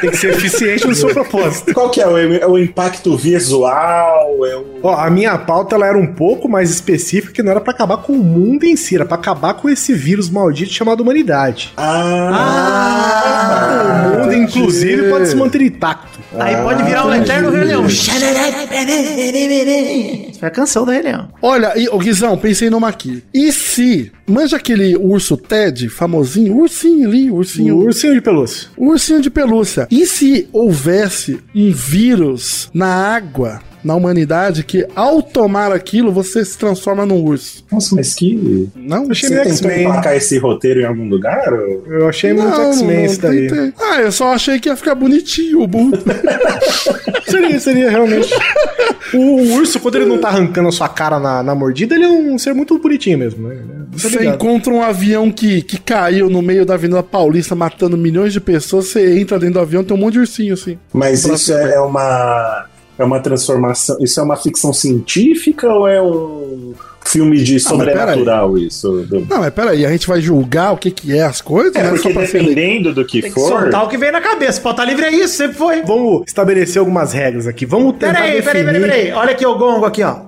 [SPEAKER 4] Tem que ser eficiente
[SPEAKER 1] *laughs*
[SPEAKER 4] no seu propósito.
[SPEAKER 2] Qual que é o, é o impacto visual? É o...
[SPEAKER 4] Ó, a minha pauta ela era um pouco mais específica, que não era pra acabar com o mundo em si, era pra acabar com esse vírus maldito chamado humanidade.
[SPEAKER 1] Ah!
[SPEAKER 2] Ah!
[SPEAKER 4] o mundo, inclusive, pode se manter intacto.
[SPEAKER 3] Aí pode virar um
[SPEAKER 2] entendi.
[SPEAKER 3] eterno Rei Leão. Foi a é canção do Rei Leão.
[SPEAKER 1] Olha, e, ô Guizão, pensei numa aqui. E se, manja aquele urso Ted, famosinho, ursinho ali, ursinho,
[SPEAKER 4] O ursinho de pelúcia.
[SPEAKER 1] Um Ursinho de pelúcia. E se houvesse um vírus na água, na humanidade, que ao tomar aquilo você se transforma num urso?
[SPEAKER 2] Nossa, mas que.
[SPEAKER 1] Não?
[SPEAKER 4] Achei
[SPEAKER 2] Você
[SPEAKER 4] meio
[SPEAKER 2] tentou
[SPEAKER 4] X-Men.
[SPEAKER 2] emplacar esse roteiro em algum lugar? ou-
[SPEAKER 4] Eu achei muito X-Men isso daí.
[SPEAKER 1] tentei. Ah, eu só achei que ia ficar bonitinho o
[SPEAKER 4] *laughs*
[SPEAKER 1] mundo.
[SPEAKER 4] Seria,
[SPEAKER 3] *laughs*
[SPEAKER 4] seria realmente. O urso, quando ele não tá arrancando a sua cara na, na mordida, ele é um ser muito bonitinho mesmo, né? Ele é muito
[SPEAKER 1] você
[SPEAKER 4] ligado.
[SPEAKER 1] encontra um avião que, que caiu no meio da Avenida Paulista, matando milhões de pessoas, você entra dentro do avião, tem um monte de ursinho assim.
[SPEAKER 2] Mas isso é, é uma. É uma transformação. Isso é uma ficção científica ou é um filme
[SPEAKER 1] Ah,
[SPEAKER 2] de
[SPEAKER 1] mas peraí.
[SPEAKER 2] sobrenatural isso? Edu?
[SPEAKER 1] Não, mas peraí, a gente vai julgar o que, que é as coisas,
[SPEAKER 2] É
[SPEAKER 1] né?
[SPEAKER 2] porque
[SPEAKER 1] Só
[SPEAKER 4] *laughs*
[SPEAKER 1] pra ser
[SPEAKER 2] dependendo do que
[SPEAKER 3] Tem que
[SPEAKER 2] for.
[SPEAKER 3] soltar o que vem na cabeça. Pauta livre é isso, sempre foi.
[SPEAKER 4] Vamos estabelecer algumas regras aqui. Vamos tentar
[SPEAKER 3] Peraí, peraí,
[SPEAKER 4] definir.
[SPEAKER 3] peraí, peraí. Olha aqui o gongo aqui, ó.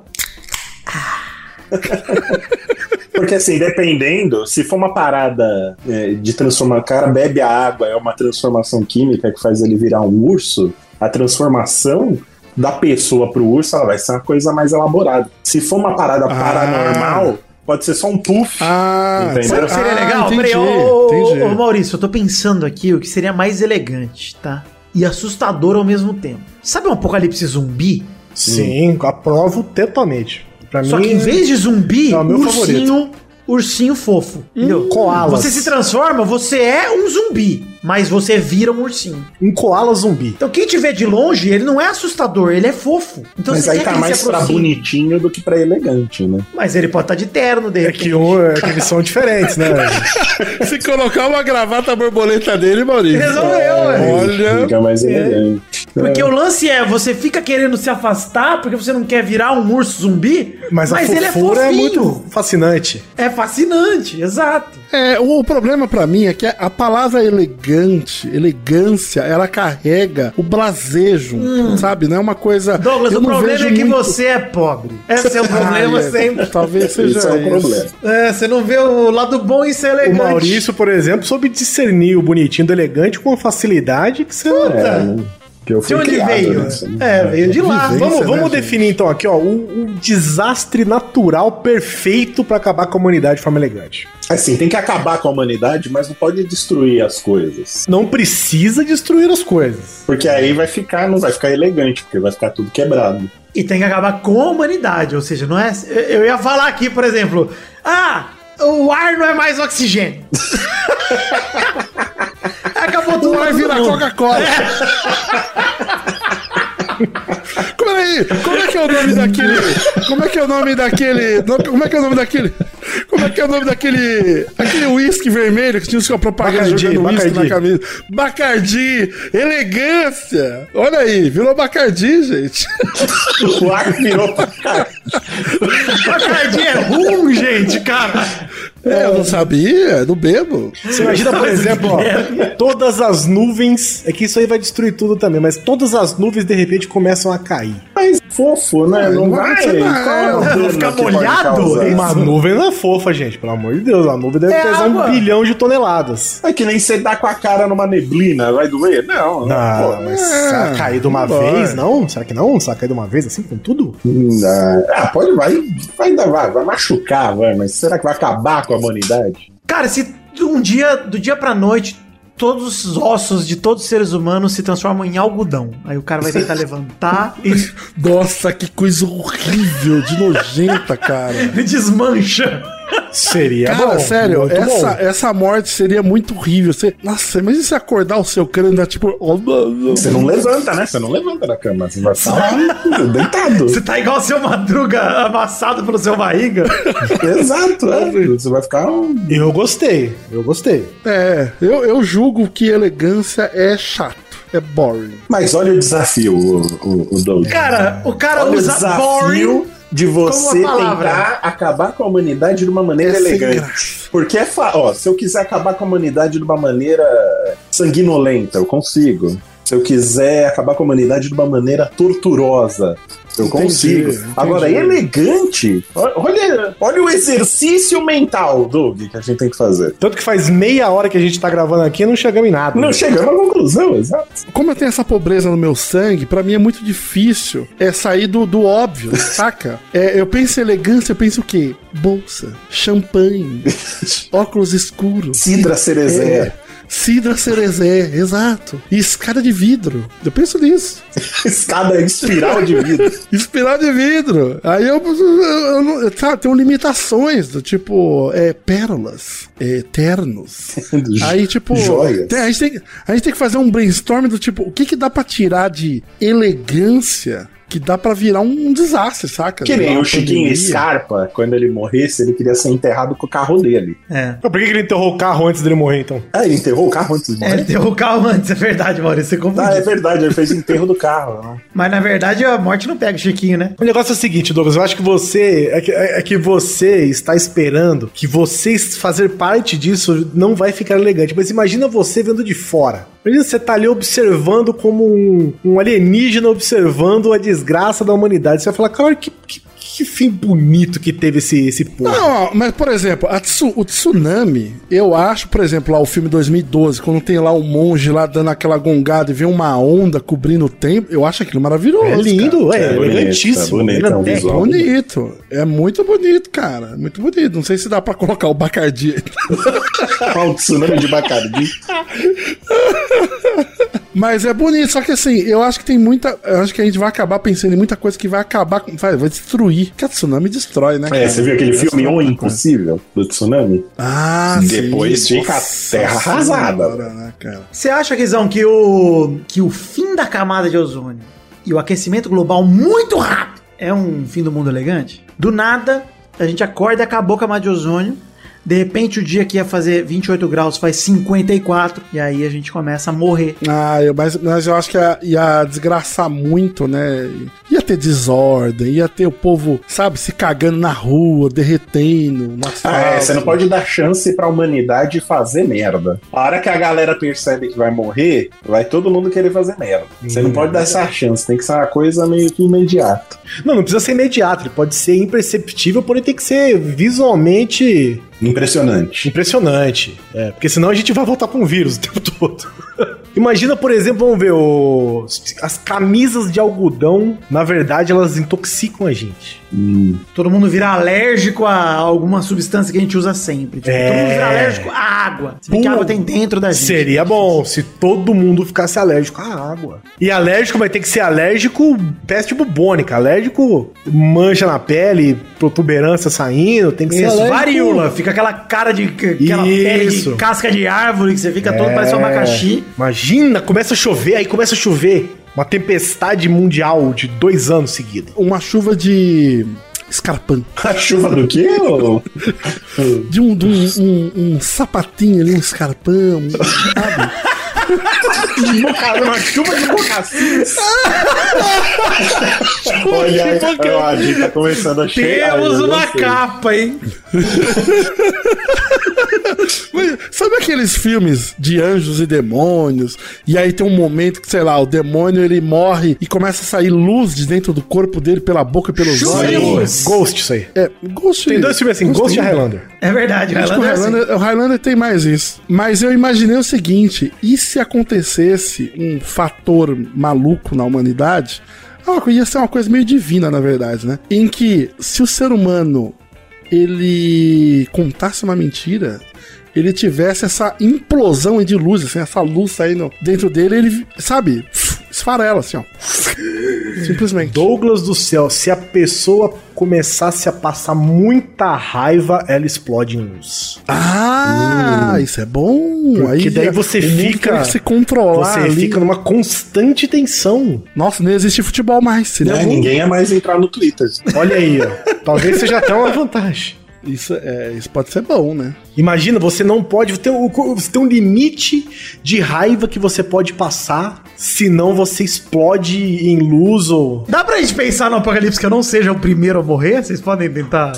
[SPEAKER 2] Porque assim, dependendo, se for uma parada é, de transformar, o cara bebe a água, é uma transformação química que faz ele virar um urso, a transformação da pessoa pro urso, ela vai ser uma coisa mais elaborada. Se for uma parada paranormal, pode ser só um puff.
[SPEAKER 1] Ah,
[SPEAKER 2] Entendeu?
[SPEAKER 3] Sabe o que seria
[SPEAKER 1] ah,
[SPEAKER 3] legal?
[SPEAKER 1] entendi,
[SPEAKER 3] Peraí, ô, ô,
[SPEAKER 1] entendi.
[SPEAKER 3] ô, Maurício, eu tô pensando aqui o que seria mais elegante, tá? E assustador ao mesmo tempo. Sabe um apocalipse zumbi?
[SPEAKER 4] Ah, Sim, aprovo totalmente. Pra
[SPEAKER 3] Só
[SPEAKER 4] mim,
[SPEAKER 3] que em vez de zumbi,
[SPEAKER 4] É o meu Hum.
[SPEAKER 3] ursinho, ursinho fofo. entendeu?
[SPEAKER 4] koalas.
[SPEAKER 3] Você se transforma, você é um zumbi, mas você vira um ursinho.
[SPEAKER 4] um koala zumbi.
[SPEAKER 3] Então quem te vê de longe, ele não é assustador, ele é fofo. Então
[SPEAKER 2] mas
[SPEAKER 3] você
[SPEAKER 2] aí
[SPEAKER 3] quer
[SPEAKER 2] tá
[SPEAKER 3] que ele
[SPEAKER 2] mais
[SPEAKER 3] se
[SPEAKER 2] pra
[SPEAKER 3] aproxime.
[SPEAKER 2] bonitinho do que pra elegante, né?
[SPEAKER 3] Mas ele pode estar de terno, de
[SPEAKER 4] É
[SPEAKER 3] repente.
[SPEAKER 4] que, um, é que eles são
[SPEAKER 3] *laughs*
[SPEAKER 4] diferentes, né?
[SPEAKER 1] Se colocar uma gravata borboleta dele, Maurício.
[SPEAKER 3] Resolveu, ué.
[SPEAKER 1] Olha.
[SPEAKER 2] Fica mais elegante.
[SPEAKER 3] Porque o lance é, você fica querendo se afastar porque você não quer virar um urso zumbi,
[SPEAKER 4] Mas,
[SPEAKER 3] mas,
[SPEAKER 4] a
[SPEAKER 3] ele é
[SPEAKER 4] fofura
[SPEAKER 3] fofinho.
[SPEAKER 4] é, muito fascinante.
[SPEAKER 3] É fascinante, exato.
[SPEAKER 1] É, o, o problema pra mim é que a palavra elegante, elegância, ela carrega o blasejo, sabe? Não é uma coisa.
[SPEAKER 3] Hum. Douglas,
[SPEAKER 1] eu
[SPEAKER 3] o
[SPEAKER 1] não
[SPEAKER 3] problema é
[SPEAKER 1] vejo
[SPEAKER 3] que
[SPEAKER 1] muito-
[SPEAKER 3] você é pobre. Esse
[SPEAKER 1] *laughs*
[SPEAKER 3] é o problema
[SPEAKER 1] Ah, é,
[SPEAKER 3] sempre.
[SPEAKER 1] Talvez seja
[SPEAKER 2] Isso é um
[SPEAKER 1] isso.
[SPEAKER 2] problema.
[SPEAKER 3] É, você não vê o lado bom e ser
[SPEAKER 4] O
[SPEAKER 3] elegante.
[SPEAKER 4] Maurício, por exemplo, soube discernir o bonitinho do elegante com uma facilidade que você.
[SPEAKER 2] É, né? Que eu
[SPEAKER 3] De
[SPEAKER 2] fui
[SPEAKER 3] onde
[SPEAKER 2] criado
[SPEAKER 3] veio?
[SPEAKER 2] nessa, né?
[SPEAKER 3] É, veio de lá.
[SPEAKER 1] Vivência,
[SPEAKER 4] Ah, Vamos,
[SPEAKER 1] né,
[SPEAKER 4] vamos
[SPEAKER 1] gente?
[SPEAKER 4] definir então aqui, ó, um, um desastre natural perfeito pra acabar com a humanidade de forma elegante.
[SPEAKER 2] Assim, tem que acabar com a humanidade, mas não pode destruir as coisas.
[SPEAKER 4] Não precisa destruir as coisas.
[SPEAKER 2] Porque aí vai ficar, não vai ficar elegante, porque vai ficar tudo quebrado.
[SPEAKER 3] E tem que acabar com a humanidade, ou seja, não é. Eu eu ia falar aqui, por exemplo, ah, o ar não é mais oxigênio. *laughs* Acabou
[SPEAKER 2] *laughs*
[SPEAKER 3] tudo.
[SPEAKER 1] Tu vai
[SPEAKER 3] todo
[SPEAKER 1] virar
[SPEAKER 3] mundo.
[SPEAKER 1] Coca-Cola. Peraí, como é que é o nome daquele. Como é que é o nome daquele. Como é que é o nome daquele. Como é que é o nome daquele. Aquele uísque vermelho que tinha uma propaganda
[SPEAKER 4] Bacardi,
[SPEAKER 1] jogando uísque na
[SPEAKER 4] Bacardi.
[SPEAKER 1] camisa? Bacardi! Elegância! Olha aí, virou Bacardi, gente.
[SPEAKER 2] O ar virou pra cá.
[SPEAKER 3] Bacardi é rum, gente, cara.
[SPEAKER 1] É, eu não sabia, não bebo.
[SPEAKER 4] Você imagina, por exemplo, ó, todas as nuvens. É que isso aí vai destruir tudo também, mas todas as nuvens de repente começam a cair.
[SPEAKER 2] Mas fofo, né? Não,
[SPEAKER 1] Não
[SPEAKER 2] vai.
[SPEAKER 1] vai ser nada.
[SPEAKER 2] Qual é o
[SPEAKER 1] Vai
[SPEAKER 2] dano
[SPEAKER 3] ficar
[SPEAKER 2] que pode
[SPEAKER 3] molhado?
[SPEAKER 2] causar?
[SPEAKER 3] Isso.
[SPEAKER 4] Uma nuvem não é fofa, gente, pelo amor de Deus. A nuvem deve
[SPEAKER 3] É
[SPEAKER 4] pesar
[SPEAKER 3] água.
[SPEAKER 4] um bilhão de toneladas.
[SPEAKER 2] É que nem você dá com a cara numa neblina, vai doer? Não, né?
[SPEAKER 4] Não,
[SPEAKER 2] pô.
[SPEAKER 4] mas será que cair de uma
[SPEAKER 1] vambora.
[SPEAKER 4] vez, não? Será que não? Será que cair de uma vez assim com tudo?
[SPEAKER 2] Não. Ah, pode, vai, vai, dar- vai, vai machucar, vai, mas será que vai acabar com a humanidade?
[SPEAKER 3] Cara, se um dia, do dia pra noite, todos os ossos de todos os seres humanos se transformam em algodão. Aí o cara
[SPEAKER 2] *laughs*
[SPEAKER 3] vai tentar levantar e
[SPEAKER 1] Nossa, que coisa horrível, de nojenta, cara.
[SPEAKER 3] desmancha.
[SPEAKER 4] Seria
[SPEAKER 1] Cara,
[SPEAKER 4] bom,
[SPEAKER 1] sério,
[SPEAKER 4] muito
[SPEAKER 1] essa,
[SPEAKER 4] bom.
[SPEAKER 1] essa morte seria muito horrível. Você, nossa, imagina se acordar o seu crânio e dar tipo.
[SPEAKER 2] Você não levanta, né? Você não levanta da cama, você vai ficar lá, deitado.
[SPEAKER 3] *laughs* Você tá igual o seu madruga amassado pelo seu barriga.
[SPEAKER 2] Exato, é. Você vai ficar um.
[SPEAKER 4] Eu gostei, eu gostei.
[SPEAKER 1] É, eu, eu julgo que elegância é chato, é boring.
[SPEAKER 2] Mas olha o desafio, o, o, o Doug.
[SPEAKER 3] Cara, o cara
[SPEAKER 2] olha o
[SPEAKER 3] usa boring.
[SPEAKER 2] desafio de você
[SPEAKER 3] como a palavra.
[SPEAKER 2] tentar acabar com a humanidade de uma maneira
[SPEAKER 1] É sem
[SPEAKER 2] elegante.
[SPEAKER 1] graça.
[SPEAKER 2] Porque é fa... ó, se eu quiser acabar com a humanidade de uma maneira sanguinolenta, eu consigo. Se eu quiser acabar com a humanidade de uma maneira torturosa, eu
[SPEAKER 1] Entendi,
[SPEAKER 2] consigo.
[SPEAKER 1] entendi.
[SPEAKER 2] Agora, é elegante, ó- olha, olha o exercício mental, Doug, que a gente tem que fazer.
[SPEAKER 4] Tanto que faz meia hora que a gente tá gravando aqui e não chegamos em nada.
[SPEAKER 2] Não chegamos à conclusão, exato.
[SPEAKER 1] Como eu tenho essa pobreza no meu sangue, pra mim é muito difícil é sair do, do
[SPEAKER 4] *laughs*
[SPEAKER 1] óbvio, saca? É, eu penso em elegância, eu penso o quê? Bolsa, champanhe,
[SPEAKER 4] *laughs*
[SPEAKER 1] óculos escuros.
[SPEAKER 2] Sidra Cerezé.
[SPEAKER 1] É. Sidra cerezé, exato. E escada de vidro. Eu penso nisso.
[SPEAKER 2] *laughs* Escada espiral de vida.
[SPEAKER 1] Espiral de vidro. Aí eu, eu, eu não- eu- sabe, tenho limitações do tipo, é, pérolas, é,
[SPEAKER 2] *laughs*
[SPEAKER 1] ternos. Aí, tipo,
[SPEAKER 2] Joias.
[SPEAKER 1] tem- a, gente tem, a gente tem que fazer um brainstorm do tipo, o que que dá pra tirar de elegância que dá pra virar um, desastre, saca?
[SPEAKER 2] Que nem
[SPEAKER 1] Uma
[SPEAKER 2] o Chiquinho
[SPEAKER 1] pandemia.
[SPEAKER 2] Scarpa, quando ele morresse, ele queria ser enterrado com o carro dele.
[SPEAKER 3] É.
[SPEAKER 4] Mas Por que que ele enterrou o carro antes dele morrer, então?
[SPEAKER 2] Ah, ele enterrou o carro antes de
[SPEAKER 3] É,
[SPEAKER 2] morrer?
[SPEAKER 3] ele deu o carro antes, é verdade, Maurício,
[SPEAKER 4] Tá,
[SPEAKER 3] você confundiu.
[SPEAKER 2] Ah, é verdade, ele fez o enterro do carro. né?
[SPEAKER 3] Mas na verdade a morte não pega o Chiquinho, né?
[SPEAKER 4] O negócio é o seguinte, Douglas, eu acho que você é que, é que você está esperando que você fazer parte disso não vai ficar elegante, mas imagina você vendo de fora. Imagina você tá ali observando como um, um alienígena observando a desgraça da humanidade. Você vai falar, cara, que, que, que fim bonito que teve esse, esse porra.
[SPEAKER 1] Não, mas por exemplo, a tsu- o tsunami, eu acho, por exemplo, lá o filme 2012, quando tem lá o monge lá dando aquela gongada e vê uma onda cobrindo o tempo, eu acho aquilo maravilhoso.
[SPEAKER 4] É lindo, é,
[SPEAKER 2] É bonito,
[SPEAKER 4] elegantíssimo.
[SPEAKER 2] é bonito, é um
[SPEAKER 4] grande-
[SPEAKER 1] É
[SPEAKER 2] visual.
[SPEAKER 1] bonito, é muito bonito, cara. Muito bonito. Não sei se dá pra *laughs* colocar o Bacardi.
[SPEAKER 2] Olha o tsunami de Bacardi.
[SPEAKER 1] Mas é bonito, só que assim, eu acho que tem muita. Eu acho que a gente vai acabar pensando em muita coisa que vai acabar com. Vai, vai destruir. Porque a tsunami destrói, né?
[SPEAKER 2] É,
[SPEAKER 1] cara?
[SPEAKER 2] você viu aquele filme O
[SPEAKER 1] Destrói.
[SPEAKER 2] Impossível do tsunami?
[SPEAKER 1] Ah,
[SPEAKER 2] Depois
[SPEAKER 1] sim.
[SPEAKER 2] fica a
[SPEAKER 1] Nossa
[SPEAKER 2] terra arrasada.
[SPEAKER 1] senhora, né, cara?
[SPEAKER 3] Você acha, Guizão, que o, que o fim da camada de ozônio e o aquecimento global muito rápido é um fim do mundo elegante? Do nada, a gente acorda e acabou a camada de ozônio. De repente, o dia que ia fazer 28 graus faz 54, e aí a gente começa a morrer.
[SPEAKER 1] Ah, eu, mas, mas eu acho que ia, ia desgraçar muito, né? Ia ter desordem, ia ter o povo, sabe, se cagando na rua, derretendo. no
[SPEAKER 2] Ah, é, você não
[SPEAKER 1] asfalto.
[SPEAKER 2] pode dar chance pra humanidade fazer merda. A hora que a galera percebe que vai morrer, vai todo mundo querer fazer merda. Você não pode dar essa chance, tem que ser uma coisa meio que imediata.
[SPEAKER 4] Não, não precisa ser imediato, ele pode ser imperceptível, porém tem que ser visualmente
[SPEAKER 2] Impressionante.
[SPEAKER 4] Impressionante. É, porque senão a gente vai voltar pra um vírus o tempo todo. *laughs* Imagina, por exemplo, vamos ver, o- as camisas de algodão, na verdade, elas intoxicam a gente.
[SPEAKER 3] Todo mundo vira alérgico a alguma substância que a gente usa sempre. Tipo,
[SPEAKER 4] É.
[SPEAKER 3] Todo mundo vira alérgico à água. Se bem que a
[SPEAKER 4] Pô,
[SPEAKER 3] água tem dentro da gente.
[SPEAKER 4] Seria bom se todo mundo ficasse alérgico à água. E alérgico vai ter que ser alérgico peste bubônica, alérgico mancha na pele, protuberância saindo, tem que ser
[SPEAKER 3] Isso,
[SPEAKER 4] alérgico.
[SPEAKER 3] varíola. Fica aquela cara de. aquela pele de
[SPEAKER 4] Isso.
[SPEAKER 3] casca de árvore que você fica todo
[SPEAKER 4] É.
[SPEAKER 3] parecendo um abacaxi.
[SPEAKER 4] Imagina, começa a chover, aí começa a chover. Uma tempestade mundial de dois anos seguidos.
[SPEAKER 1] Uma chuva de escarpando.
[SPEAKER 2] *laughs* A chuva do quê? ô?
[SPEAKER 1] De um, de um, um- um sapatinho ali, um escarpão, um- sabe?
[SPEAKER 2] uma chuva de bocacis. Olha aí, ó, a gente tá começando a né, cheirar.
[SPEAKER 3] Temos
[SPEAKER 2] eu
[SPEAKER 3] uma
[SPEAKER 2] gostei.
[SPEAKER 3] capa, hein?
[SPEAKER 1] Mas sabe aqueles filmes de anjos e demônios? E aí tem um momento que, sei lá, o demônio ele morre e começa a sair luz de dentro do corpo dele, pela boca e pelos
[SPEAKER 3] Chuva de
[SPEAKER 1] olhos.
[SPEAKER 3] luz.
[SPEAKER 4] Ghost, isso aí.
[SPEAKER 1] É, Ghost.
[SPEAKER 4] Tem dois filmes assim, Ghost e
[SPEAKER 1] ainda.
[SPEAKER 4] Highlander.
[SPEAKER 3] É verdade,
[SPEAKER 1] Acho que o
[SPEAKER 3] Highlander é assim.
[SPEAKER 1] Highlander, o Highlander tem mais isso. Mas eu imaginei o seguinte: e se acontecesse um fator maluco na humanidade? Ah, uma coisa- Ia ser uma coisa meio divina, na verdade, né? Em que se o ser humano ele contasse uma mentira, ele tivesse essa implosão de luz, assim, essa luz saindo dentro dele, ele, sabe, esfarela, assim, ó. Simplesmente.
[SPEAKER 4] Douglas do céu, se a pessoa começasse a passar muita raiva, ela explode em luz.
[SPEAKER 1] Ah, isso é bom.
[SPEAKER 4] Hum. Porque daí você
[SPEAKER 1] o mundo
[SPEAKER 4] fica-
[SPEAKER 1] tem que se controlar.
[SPEAKER 4] Você
[SPEAKER 1] ali.
[SPEAKER 4] fica numa constante tensão.
[SPEAKER 1] Nossa, não existe futebol mais. Seria
[SPEAKER 2] Né,
[SPEAKER 1] bom.
[SPEAKER 2] Ninguém é mais entrar no Twitter.
[SPEAKER 4] Olha aí, *laughs* ó. Talvez seja até uma vantagem.
[SPEAKER 1] Isso, é, isso pode ser bom, né?
[SPEAKER 4] Imagina, você não pode. Tem, um- você tem um limite de raiva que você pode passar, senão você explode em luz ou.
[SPEAKER 3] Dá pra gente pensar no apocalipse que eu não seja o primeiro a morrer? Vocês podem tentar.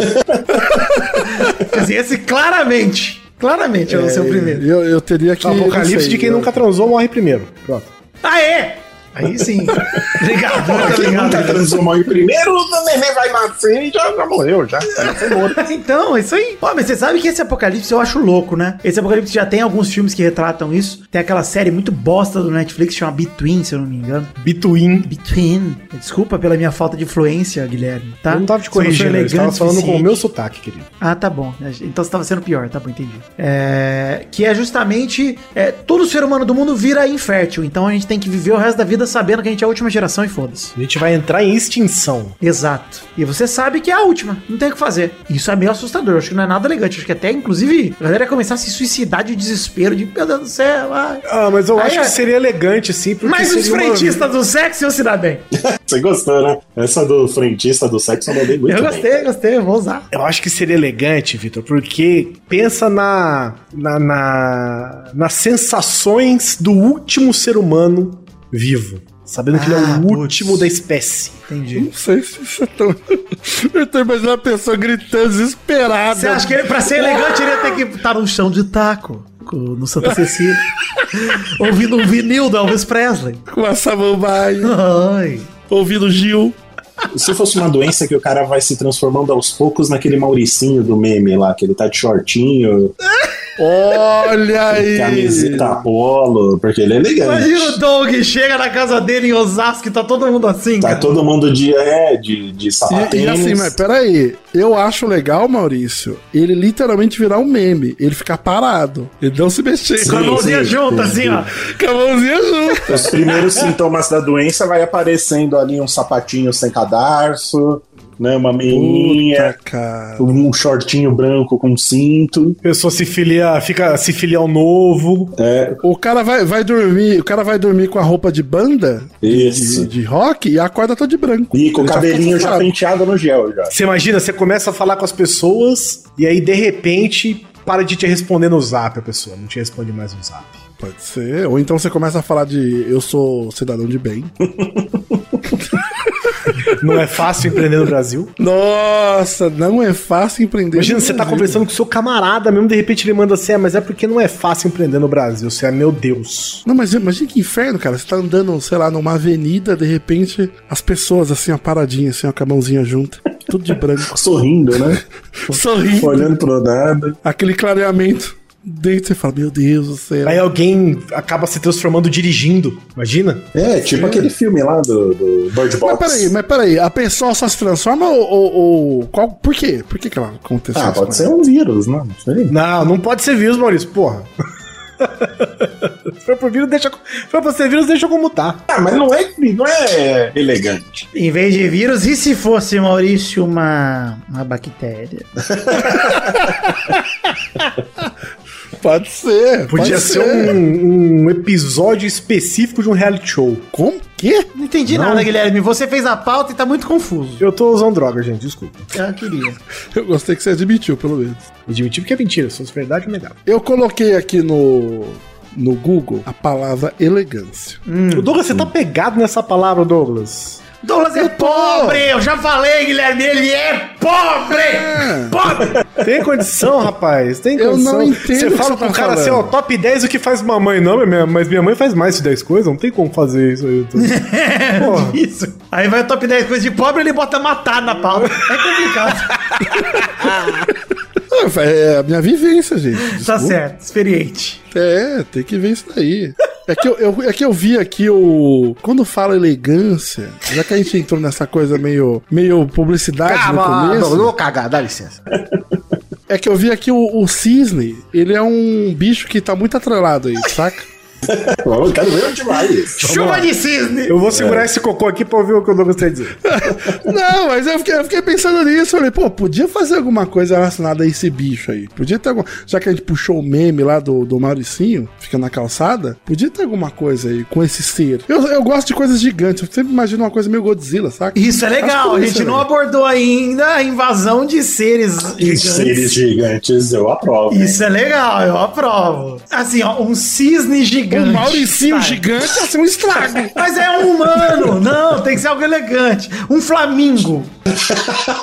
[SPEAKER 3] Quer dizer, esse claramente. Claramente eu vou ser o primeiro.
[SPEAKER 1] Eu, eu teria que. não
[SPEAKER 4] Apocalipse
[SPEAKER 1] sei,
[SPEAKER 4] de quem
[SPEAKER 1] eu-
[SPEAKER 4] nunca tá transou morre primeiro. Pronto.
[SPEAKER 3] Aê! Aí sim. Obrigado, muito
[SPEAKER 2] Quem nunca
[SPEAKER 3] obrigado.
[SPEAKER 2] transformou em primeiro, o neném vai nascer e já, já morreu, já.
[SPEAKER 3] Mas Então, é isso aí. Ó, mas você sabe que esse apocalipse eu acho louco, né? Esse apocalipse já tem alguns filmes que retratam isso. Tem aquela série muito bosta do Netflix, chama Between, se eu não me engano.
[SPEAKER 4] Between.
[SPEAKER 3] Between. Desculpa pela minha falta de fluência, Guilherme, tá?
[SPEAKER 4] Eu não tava te
[SPEAKER 3] Se sou
[SPEAKER 4] corrigindo, eu
[SPEAKER 3] elegante
[SPEAKER 4] estava falando com o
[SPEAKER 3] suficiente.
[SPEAKER 4] meu sotaque, querido.
[SPEAKER 3] Ah, tá bom. Então você tava sendo pior, tá bom, entendi. É, que é justamente. é, todo ser humano do mundo vira infértil. Então a gente tem que viver o resto da vida sabendo que a gente é a última geração e foda-se.
[SPEAKER 4] A gente vai entrar em extinção.
[SPEAKER 3] Exato. E você sabe que é a última, não tem o que fazer. Isso é meio assustador, acho que não é nada elegante. Acho que até, inclusive, a galera ia começar a se suicidar de desespero, de meu Deus do céu. ai.
[SPEAKER 4] Ah, mas eu
[SPEAKER 3] Aí
[SPEAKER 4] acho
[SPEAKER 3] é-
[SPEAKER 4] que seria elegante, sim. porque
[SPEAKER 3] Mas os
[SPEAKER 4] seria uma-
[SPEAKER 3] frentistas do sexo iam se dar bem.
[SPEAKER 2] Você gostou, né? Essa do frentista do sexo eu mandei muito
[SPEAKER 3] eu
[SPEAKER 2] bem.
[SPEAKER 3] gostei, gostei, eu vou usar.
[SPEAKER 4] Eu acho que seria elegante, Vitor, porque pensa na, na, na- nas sensações do último ser humano vivo. Sabendo que ele é
[SPEAKER 3] Ah,
[SPEAKER 4] o
[SPEAKER 3] putz.
[SPEAKER 4] último da espécie.
[SPEAKER 3] Entendi.
[SPEAKER 1] Não sei se isso é tão. *laughs* eu tô imaginando a pessoa gritando desesperada.
[SPEAKER 3] Você acha que ele, pra ser elegante ele ia ter que estar num chão de taco, co- no
[SPEAKER 2] *laughs*
[SPEAKER 3] Santa Cecília, ouvindo um vinil do Elvis Presley.
[SPEAKER 1] Com a
[SPEAKER 4] *laughs*
[SPEAKER 1] samambaia,
[SPEAKER 3] Ai.
[SPEAKER 1] ouvindo Gil.
[SPEAKER 2] Se fosse uma doença que o cara vai se transformando aos poucos naquele Mauricinho do meme lá, que ele tá de shortinho,
[SPEAKER 1] Olha aí.
[SPEAKER 2] camiseta polo, porque ele é
[SPEAKER 3] Imagina o
[SPEAKER 2] elegante.
[SPEAKER 3] Doug chega na casa dele em Osasco e tá todo mundo assim,
[SPEAKER 2] Tá
[SPEAKER 3] cara.
[SPEAKER 2] todo mundo de, é, de, de
[SPEAKER 1] E, e
[SPEAKER 2] sapatênis.
[SPEAKER 1] assim, mas peraí, eu acho legal, Maurício, ele literalmente virar um meme, ele ficar parado, ele não se mexer,
[SPEAKER 3] Com a
[SPEAKER 2] Sim,
[SPEAKER 3] mãozinha
[SPEAKER 2] sim,
[SPEAKER 3] junta,
[SPEAKER 2] sim,
[SPEAKER 3] assim,
[SPEAKER 2] sim.
[SPEAKER 3] ó.
[SPEAKER 1] com a mãozinha junto.
[SPEAKER 2] Os primeiros sintomas da doença vai aparecendo ali um sapatinho sem cadarço, né, uma meinha,
[SPEAKER 1] Puta, cara.
[SPEAKER 2] um shortinho branco com cinto.
[SPEAKER 4] A pessoa se filia, fica se filia ao novo.
[SPEAKER 2] É,
[SPEAKER 1] O cara vai, vai dormir, o cara vai dormir com a roupa de banda de,
[SPEAKER 2] Isso. tá
[SPEAKER 1] de rock e acorda todo de branco.
[SPEAKER 2] e com o
[SPEAKER 1] Ele
[SPEAKER 2] cabelinho
[SPEAKER 1] fica
[SPEAKER 2] já
[SPEAKER 1] safado.
[SPEAKER 2] penteado no gel já.
[SPEAKER 4] Você imagina, você começa a falar com as pessoas e aí, de repente, para de te responder no zap a pessoa. Não te responde mais no zap.
[SPEAKER 1] Pode ser. Ou então você começa a falar de eu sou cidadão de bem.
[SPEAKER 4] Não é fácil empreender no Brasil.
[SPEAKER 1] Nossa, não é fácil empreender.
[SPEAKER 4] Imagina,
[SPEAKER 1] no
[SPEAKER 4] você tá
[SPEAKER 1] Brasil.
[SPEAKER 4] conversando com seu camarada mesmo, de repente ele manda assim, ah, mas é porque não é fácil empreender no Brasil. Você é meu Deus.
[SPEAKER 1] Não, mas imagina que inferno, cara. Você tá andando, sei lá, numa avenida, de repente, as pessoas assim, ó, paradinhas, assim, ó, com a mãozinha junta. Tudo de *laughs* branco.
[SPEAKER 2] Sorrindo, né?
[SPEAKER 1] Sorrindo.
[SPEAKER 2] Olhando pro nada.
[SPEAKER 1] Aquele clareamento. Dentro você fala, meu Deus do céu.
[SPEAKER 4] Aí alguém acaba se transformando dirigindo. Imagina?
[SPEAKER 2] É, tipo aquele filme lá do, do Bird Box.
[SPEAKER 1] Mas peraí, mas peraí, a pessoa só se transforma ou. ou- ou- qual, por quê? Por que, que ela aconteceu?
[SPEAKER 2] Ah,
[SPEAKER 1] isso com
[SPEAKER 2] pode ser
[SPEAKER 1] ela?
[SPEAKER 2] um vírus, né? Não sei.
[SPEAKER 4] Não, não pode ser vírus, Maurício, porra. *laughs* Foi pro vírus, deixa. Foi pra ser vírus, deixa como tá.
[SPEAKER 2] Ah, mas não é, não é elegante.
[SPEAKER 3] Em vez de vírus, e se fosse, Maurício, uma, uma bactéria?
[SPEAKER 1] Pode ser.
[SPEAKER 4] Podia
[SPEAKER 1] pode
[SPEAKER 4] ser um, um episódio específico de um reality show.
[SPEAKER 1] Como que?
[SPEAKER 3] Não entendi nada, Guilherme. Você fez a pauta e tá muito confuso.
[SPEAKER 4] Eu tô usando droga, gente, desculpa.
[SPEAKER 3] Eu queria.
[SPEAKER 1] Eu gostei que você admitiu, pelo menos.
[SPEAKER 4] Admitir que é mentira, se fosse verdade, eu negava.
[SPEAKER 1] Eu coloquei aqui no, no Google a palavra elegância.
[SPEAKER 2] Hum.
[SPEAKER 4] O Douglas, você tá pegado nessa palavra, Douglas.
[SPEAKER 3] Douglas é pobre! Eu já falei, Guilherme, ele é pobre!
[SPEAKER 1] É.
[SPEAKER 3] *laughs* Pobre!
[SPEAKER 4] Tem condição, rapaz, tem
[SPEAKER 1] Eu
[SPEAKER 4] condição.
[SPEAKER 1] não entendo o
[SPEAKER 4] Você
[SPEAKER 1] que
[SPEAKER 4] fala
[SPEAKER 1] você tá
[SPEAKER 4] pro cara assim, ó,
[SPEAKER 1] falando.
[SPEAKER 4] top 10 o que faz mamãe. Não, mas minha- mas minha mãe faz mais de 10 coisas, não tem como fazer isso aí.
[SPEAKER 1] *laughs*
[SPEAKER 4] então. Douglas. Porra.
[SPEAKER 3] É Isso. Aí vai o top 10 coisas de pobre, ele bota matar na pauta. É complicado.
[SPEAKER 1] Ah, É a minha vivência, gente.
[SPEAKER 3] tá
[SPEAKER 1] desculpa.
[SPEAKER 3] certo, experiente.
[SPEAKER 1] É, tem que ver isso daí. É que eu, eu- é que eu vi aqui o. Quando fala elegância, já que a gente entrou nessa coisa meio, meio publicidade Tá
[SPEAKER 3] Ah,
[SPEAKER 1] no começo. Tá
[SPEAKER 4] vou cagar, dá licença.
[SPEAKER 1] É que eu vi aqui o, o cisne, ele é um bicho que tá muito atrelado aí, saca?
[SPEAKER 2] Eu quero ver onde vai isso.
[SPEAKER 3] Chuva de cisne!
[SPEAKER 4] Eu vou
[SPEAKER 1] É.
[SPEAKER 4] segurar esse cocô aqui pra ouvir o que o Douglas tem a dizer.
[SPEAKER 1] Não, mas eu fiquei, eu fiquei pensando nisso. Falei, pô, podia fazer alguma coisa relacionada a esse bicho aí. Podia ter alguma. Já que a gente puxou o meme lá do, do Mauricinho, fica na calçada, podia ter alguma coisa aí com esse ser. Eu, eu gosto de coisas gigantes. Eu sempre imagino uma coisa meio Godzilla, saca?
[SPEAKER 3] Isso é
[SPEAKER 1] Acho
[SPEAKER 3] legal,
[SPEAKER 1] que
[SPEAKER 3] a
[SPEAKER 1] é
[SPEAKER 3] gente
[SPEAKER 1] isso,
[SPEAKER 3] não
[SPEAKER 1] né?
[SPEAKER 3] abordou ainda a invasão de seres gigantes.
[SPEAKER 2] Seres gigantes, eu aprovo. hein?
[SPEAKER 3] Isso é legal, eu aprovo. Assim, ó, um cisne gigante.
[SPEAKER 4] Um
[SPEAKER 1] O Mauricinho
[SPEAKER 3] Tá.
[SPEAKER 1] gigante ia ser um estrago.
[SPEAKER 3] Mas é um
[SPEAKER 4] *laughs*
[SPEAKER 3] humano, não, tem que ser algo elegante. Um flamingo.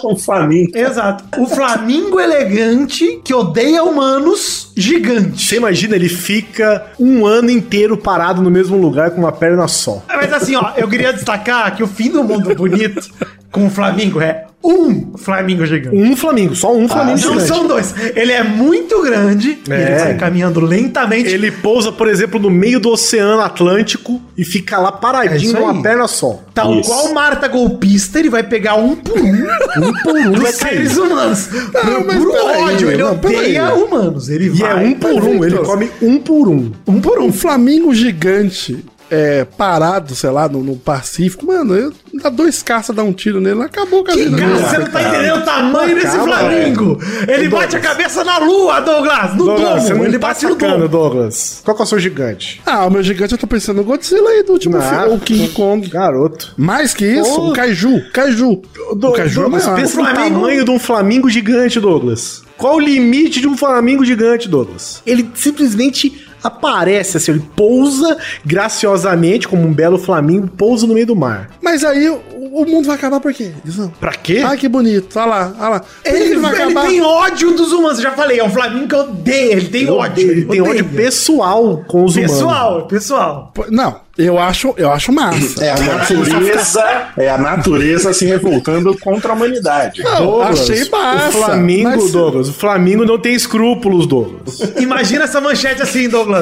[SPEAKER 2] um faminto.
[SPEAKER 3] Exato. O flamingo elegante que odeia humanos gigante.
[SPEAKER 4] Você imagina, ele fica um ano inteiro parado no mesmo lugar com uma perna só.
[SPEAKER 3] Mas assim, ó, eu queria destacar que o fim do mundo bonito com o flamingo é um flamingo gigante.
[SPEAKER 4] Um Flamengo, só
[SPEAKER 1] Ah,
[SPEAKER 4] um Flamengo.
[SPEAKER 3] Não
[SPEAKER 4] gigante.
[SPEAKER 3] são dois. Ele é muito grande, e ele
[SPEAKER 4] É.
[SPEAKER 3] vai caminhando lentamente.
[SPEAKER 4] Ele pousa, por exemplo, no meio do Oceano Atlântico e fica lá
[SPEAKER 3] É isso
[SPEAKER 4] paradinho com
[SPEAKER 3] aí.
[SPEAKER 4] uma perna só.
[SPEAKER 3] Tal
[SPEAKER 2] Isso.
[SPEAKER 3] qual Marta Golpista, ele vai pegar um por um. um por um dos seres humanos. Não,
[SPEAKER 1] mas peraí,
[SPEAKER 3] ódio, ele é um
[SPEAKER 1] não, peraí.
[SPEAKER 3] odeia humanos. Ele
[SPEAKER 4] E é
[SPEAKER 3] vai.
[SPEAKER 4] um por um, ele
[SPEAKER 1] perfeito.
[SPEAKER 4] come um por um.
[SPEAKER 3] um por um.
[SPEAKER 1] Um flamingo gigante. É, parado, sei lá, no, no Pacífico, mano, eu, dá dois caças, dá um tiro nele, acabou com a
[SPEAKER 3] Que
[SPEAKER 1] vida
[SPEAKER 3] cara,
[SPEAKER 1] dele.
[SPEAKER 3] você não tá entendendo o tamanho desse
[SPEAKER 4] Calma,
[SPEAKER 3] Flamengo. Ele bate a cabeça na lua, Douglas, no
[SPEAKER 1] é
[SPEAKER 4] Douglas, você
[SPEAKER 3] domo.
[SPEAKER 4] não
[SPEAKER 3] Ele
[SPEAKER 4] tá
[SPEAKER 3] bate no
[SPEAKER 4] sacando,
[SPEAKER 3] domo.
[SPEAKER 4] Douglas. Qual que é o seu gigante?
[SPEAKER 1] Ah, o meu gigante eu tô pensando no Godzilla aí do último
[SPEAKER 4] Não.
[SPEAKER 1] filme, ou King Kong.
[SPEAKER 4] Garoto.
[SPEAKER 1] Mais que isso,
[SPEAKER 4] Ô.
[SPEAKER 1] um caju, caju.
[SPEAKER 4] Do,
[SPEAKER 1] o caju é
[SPEAKER 4] Douglas,
[SPEAKER 1] maior.
[SPEAKER 4] pensa
[SPEAKER 3] O
[SPEAKER 4] no
[SPEAKER 3] Flamengo-
[SPEAKER 4] tamanho de um Flamingo gigante, Douglas. Qual o limite de um Flamingo gigante, Douglas? Ele simplesmente aparece, assim, ele pousa graciosamente, como um belo Flamingo, pousa no meio do mar.
[SPEAKER 1] Mas aí o, o mundo vai acabar por quê? Guizão?
[SPEAKER 4] Pra quê?
[SPEAKER 1] Ah, que bonito, olha lá, olha lá. Por que
[SPEAKER 3] Ele,
[SPEAKER 1] que vai
[SPEAKER 3] ele
[SPEAKER 1] acabar?
[SPEAKER 3] tem ódio dos humanos, eu já falei, é um Flamengo que odeia, ele tem
[SPEAKER 4] Ele
[SPEAKER 3] ódio.
[SPEAKER 4] ele tem
[SPEAKER 3] odeia.
[SPEAKER 4] ódio pessoal com os humanos.
[SPEAKER 3] pessoal. Pessoal,
[SPEAKER 1] Pô, Não, eu acho, eu acho massa.
[SPEAKER 2] É a natureza, é a natureza se revoltando contra a humanidade.
[SPEAKER 1] Não, achei massa.
[SPEAKER 4] O Flamengo,
[SPEAKER 1] mas-
[SPEAKER 4] Douglas. O Flamengo não tem escrúpulos, *laughs* Douglas.
[SPEAKER 3] Imagina essa manchete assim, Douglas.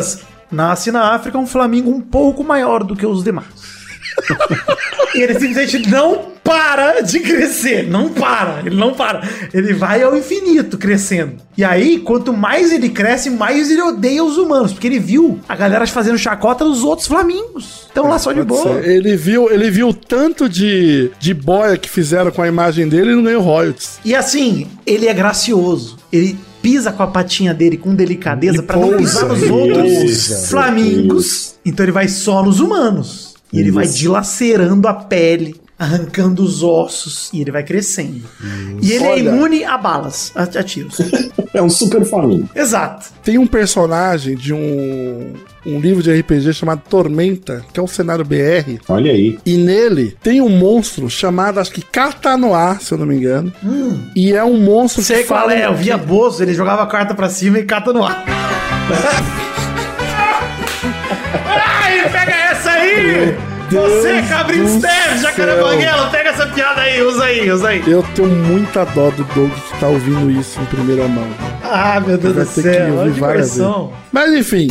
[SPEAKER 3] Nasce na África um flamingo um pouco maior do que os demais. e ele simplesmente não para de crescer. Não para, ele não para. Ele vai ao infinito crescendo. E aí, quanto mais ele cresce, mais ele odeia os humanos. Porque ele viu a galera fazendo chacota dos outros flamingos. Estão lá só de boa.
[SPEAKER 1] Ele viu, ele viu o tanto de, de boia que fizeram com a imagem dele e não ganhou royalties.
[SPEAKER 3] E assim, ele é gracioso. Ele pisa com a patinha dele com delicadeza pra não pisar nos
[SPEAKER 2] ele
[SPEAKER 3] outros
[SPEAKER 2] pousa.
[SPEAKER 3] flamingos. Então ele vai só nos humanos. E ele vai
[SPEAKER 2] Isso.
[SPEAKER 3] dilacerando a pele, arrancando os ossos e ele vai crescendo. E ele é
[SPEAKER 1] Olha.
[SPEAKER 3] imune a balas, a,
[SPEAKER 2] *laughs*
[SPEAKER 3] a tiros.
[SPEAKER 2] É um super faminto.
[SPEAKER 3] Exato.
[SPEAKER 1] Tem um personagem de um, um livro de RPG chamado Tormenta, que é um cenário BR,
[SPEAKER 2] Olha aí.
[SPEAKER 1] E nele tem um monstro chamado, acho que Catanoá, se eu não me engano. E é um monstro
[SPEAKER 3] Hum. Sei
[SPEAKER 1] que
[SPEAKER 3] qual
[SPEAKER 1] fala-
[SPEAKER 3] é, eu via Bozo, ele jogava a carta pra cima e cata no ar. Ai, pega essa aí! Você, Cabrinho Steves, Jacaré Banguela, pega essa piada aí, usa aí, usa aí.
[SPEAKER 1] Eu tenho muita dó do Doug que tá ouvindo isso em primeira mão.
[SPEAKER 3] Ah, meu Deus
[SPEAKER 1] Vai
[SPEAKER 3] do
[SPEAKER 1] ter que
[SPEAKER 3] céu, olha
[SPEAKER 1] ouvir
[SPEAKER 3] que
[SPEAKER 1] várias vezes.
[SPEAKER 3] versão.
[SPEAKER 1] Mas enfim.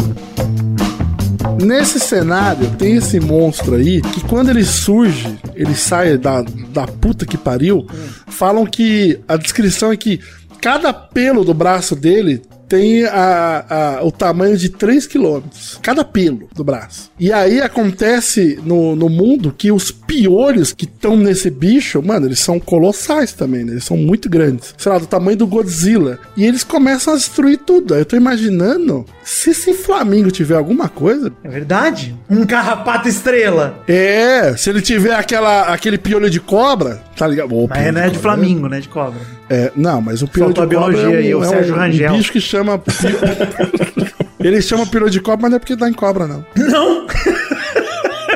[SPEAKER 1] Nesse cenário, tem esse monstro aí que quando ele surge, ele sai da, da puta que pariu. Falam que a descrição é que cada pelo do braço dele tem a- a- o tamanho de 3 quilômetros, cada pelo do braço. E aí acontece no, no mundo que os piolhos que estão nesse bicho, mano, eles são colossais também, né? Eles são muito grandes. Sei lá, do tamanho do Godzilla. E eles começam a destruir tudo. Aí eu tô imaginando, se esse Flamingo tiver alguma coisa,
[SPEAKER 3] É verdade? Um carrapato estrela.
[SPEAKER 1] é, se ele tiver aquela, aquele piolho de cobra, tá ligado? Ô,
[SPEAKER 3] Mas
[SPEAKER 1] piolho
[SPEAKER 3] não é de
[SPEAKER 1] cobra,
[SPEAKER 3] flamingo, né? De cobra.
[SPEAKER 1] é, não, mas o piolho
[SPEAKER 3] Faltou
[SPEAKER 1] de
[SPEAKER 3] a
[SPEAKER 1] cobra
[SPEAKER 3] biologia aí,
[SPEAKER 1] é um,
[SPEAKER 3] o
[SPEAKER 1] é
[SPEAKER 3] Sérgio
[SPEAKER 1] um- um
[SPEAKER 3] Rangel.
[SPEAKER 1] bicho que chama... *laughs* Ele chama piolho de cobra, mas não é porque dá em cobra, não.
[SPEAKER 3] Não!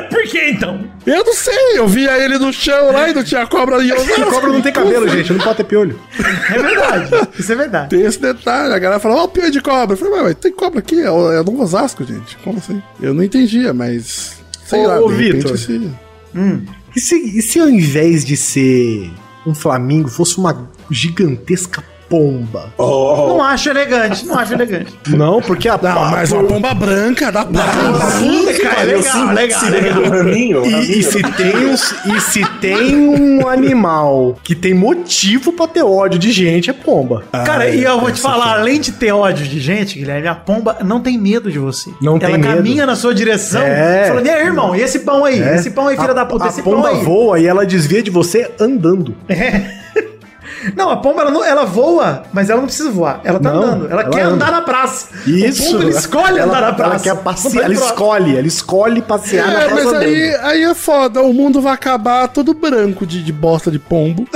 [SPEAKER 3] Por que então?
[SPEAKER 1] Eu não sei, eu via ele no chão lá e não tinha cobra e eu
[SPEAKER 4] A cobra não tem cabelo, gente, não pode ter piolho.
[SPEAKER 3] É verdade. Isso é verdade.
[SPEAKER 1] *laughs* Tem esse detalhe, a galera fala, ó, o piolho de cobra. Eu falei, ué, mas tem cobra aqui, é o- é Novo Osasco, gente. Como assim? Eu não entendia, mas. Sei
[SPEAKER 4] Ô,
[SPEAKER 1] lá,
[SPEAKER 4] ô,
[SPEAKER 1] de repente,
[SPEAKER 4] Vitor.
[SPEAKER 1] esse-
[SPEAKER 4] E se, e se ao invés de ser um flamingo, fosse uma gigantesca pomba?
[SPEAKER 2] Oh,
[SPEAKER 3] Não acho elegante, não acho elegante.
[SPEAKER 4] Não, porque a
[SPEAKER 1] Não, mas uma pomba branca dá paz.
[SPEAKER 2] puta que pariu,
[SPEAKER 3] legal,
[SPEAKER 2] sim,
[SPEAKER 3] legal,
[SPEAKER 2] sim, do Raminho,
[SPEAKER 4] E, e
[SPEAKER 2] Raminho.
[SPEAKER 4] um se tem uns- e se tem um animal que tem motivo pra ter ódio de gente, é pomba.
[SPEAKER 3] Ah, Cara,
[SPEAKER 4] é,
[SPEAKER 3] e eu vou te falar, além de ter ódio de gente, Guilherme, a pomba não tem medo de você.
[SPEAKER 4] Não
[SPEAKER 3] Ela
[SPEAKER 4] tem medo.
[SPEAKER 3] caminha na sua direção,
[SPEAKER 4] É.
[SPEAKER 3] falando, e aí, irmão, e esse pão aí?
[SPEAKER 4] É.
[SPEAKER 3] Esse pão aí, filha
[SPEAKER 4] A-
[SPEAKER 3] da puta,
[SPEAKER 4] a
[SPEAKER 3] esse pão
[SPEAKER 4] pomba
[SPEAKER 3] aí.
[SPEAKER 4] voa e ela desvia de você andando.
[SPEAKER 3] Não, a pomba, ela, não- ela voa, mas ela não precisa voar. Ela tá
[SPEAKER 4] Não,
[SPEAKER 3] andando, ela,
[SPEAKER 4] ela
[SPEAKER 3] quer
[SPEAKER 4] anda.
[SPEAKER 3] andar na praça. O pombo,
[SPEAKER 4] Ela
[SPEAKER 3] ele escolhe andar na praça.
[SPEAKER 4] Ela quer
[SPEAKER 3] Não
[SPEAKER 4] passear,
[SPEAKER 3] vai
[SPEAKER 4] ela
[SPEAKER 3] pra-
[SPEAKER 4] escolhe, ela escolhe passear na
[SPEAKER 1] É,
[SPEAKER 4] praça
[SPEAKER 1] mas
[SPEAKER 4] andando.
[SPEAKER 1] aí, aí é foda, o mundo vai acabar todo branco de, de bosta de pombo.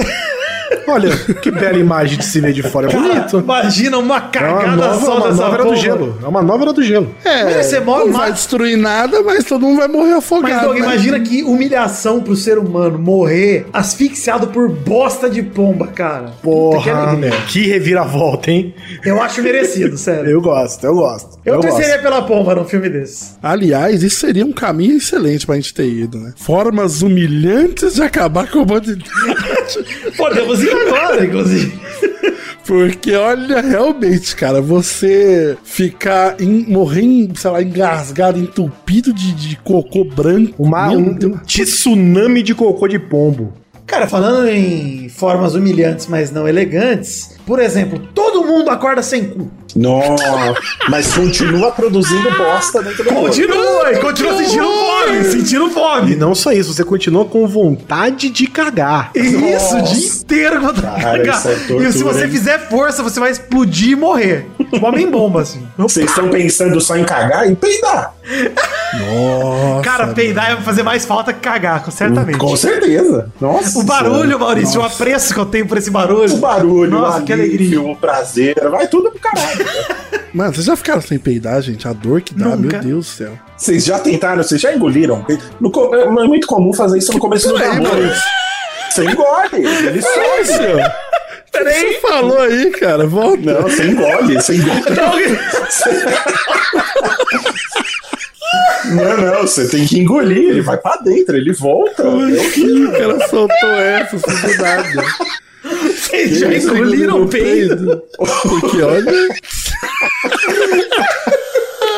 [SPEAKER 4] Olha, que bela imagem de se ver de fora, é bonito.
[SPEAKER 3] Imagina uma
[SPEAKER 4] É uma
[SPEAKER 3] cagada
[SPEAKER 4] nova,
[SPEAKER 3] só
[SPEAKER 4] uma
[SPEAKER 3] dessa
[SPEAKER 4] nova era
[SPEAKER 3] pomba.
[SPEAKER 4] do gelo. É uma nova era do gelo.
[SPEAKER 1] É,
[SPEAKER 3] Mas você morre,
[SPEAKER 1] não vai
[SPEAKER 3] mata.
[SPEAKER 1] destruir nada, mas todo mundo vai morrer afogado.
[SPEAKER 3] Mas, Doug,
[SPEAKER 1] né?
[SPEAKER 3] imagina que humilhação pro ser humano morrer asfixiado por bosta de pomba, cara. Puta que
[SPEAKER 4] Porra,
[SPEAKER 3] alegria.
[SPEAKER 4] meu, que reviravolta, hein?
[SPEAKER 3] Eu acho merecido, sério.
[SPEAKER 4] Eu gosto, eu gosto.
[SPEAKER 3] Eu,
[SPEAKER 4] gosto.
[SPEAKER 3] torceria pela pomba num filme desse.
[SPEAKER 1] Aliás, isso seria um caminho excelente pra gente ter ido, né? Formas humilhantes de acabar com o bandidagem.
[SPEAKER 3] Podemos ir agora, inclusive.
[SPEAKER 1] Porque, olha, realmente, cara, você ficar em, morrendo, sei lá, engasgado, entupido de, de cocô branco.
[SPEAKER 4] Uma,
[SPEAKER 1] Meu
[SPEAKER 4] um,
[SPEAKER 1] Deus.
[SPEAKER 4] um tsunami de cocô de pombo.
[SPEAKER 3] Cara, falando em formas humilhantes, mas não elegantes, por exemplo, todo mundo acorda sem cu.
[SPEAKER 2] Nossa, mas continua produzindo bosta dentro do mundo.
[SPEAKER 3] Continua, e continua Tá sentindo fome, sentindo
[SPEAKER 4] E
[SPEAKER 3] fome.
[SPEAKER 4] não só isso, você continua com vontade de cagar.
[SPEAKER 3] E Isso, o
[SPEAKER 2] Nossa.
[SPEAKER 3] dia inteiro quando tá
[SPEAKER 2] Cara,
[SPEAKER 3] cagar.
[SPEAKER 2] isso é tortura,
[SPEAKER 3] E se você
[SPEAKER 2] hein?
[SPEAKER 3] fizer força, você vai explodir e morrer. Tipo
[SPEAKER 2] *laughs*
[SPEAKER 3] homem-bomba, assim.
[SPEAKER 2] Vocês estão pensando só em cagar e peidar.
[SPEAKER 3] Cara, peidar vai fazer mais falta que cagar, com- certamente.
[SPEAKER 2] Com certeza. Nossa.
[SPEAKER 3] O barulho,
[SPEAKER 2] senhora.
[SPEAKER 3] Maurício, o apreço que eu tenho por esse barulho.
[SPEAKER 2] O barulho,
[SPEAKER 3] Nossa,
[SPEAKER 2] o
[SPEAKER 3] que
[SPEAKER 2] alívio,
[SPEAKER 3] alegria.
[SPEAKER 2] O prazer, vai tudo pro caralho.
[SPEAKER 1] Mano, vocês já ficaram sem peidar, gente? A dor que dá,
[SPEAKER 3] Nunca.
[SPEAKER 1] meu Deus do céu.
[SPEAKER 2] Vocês já tentaram, vocês já engoliram. No co- é muito comum fazer isso no começo do
[SPEAKER 1] Peraí,
[SPEAKER 2] namoro.
[SPEAKER 1] Maurício.
[SPEAKER 2] Você engole,
[SPEAKER 3] É
[SPEAKER 2] ele sobe.
[SPEAKER 1] Peraí. Você falou aí, cara, volta.
[SPEAKER 2] Não, você engole, você
[SPEAKER 3] *laughs*
[SPEAKER 2] engole. Não, não, você tem que engolir, ele vai pra dentro, ele volta. É
[SPEAKER 1] Ih, O cara soltou essa, sem do nada.
[SPEAKER 3] Vocês já engoliram o peido?
[SPEAKER 1] Porque, olha,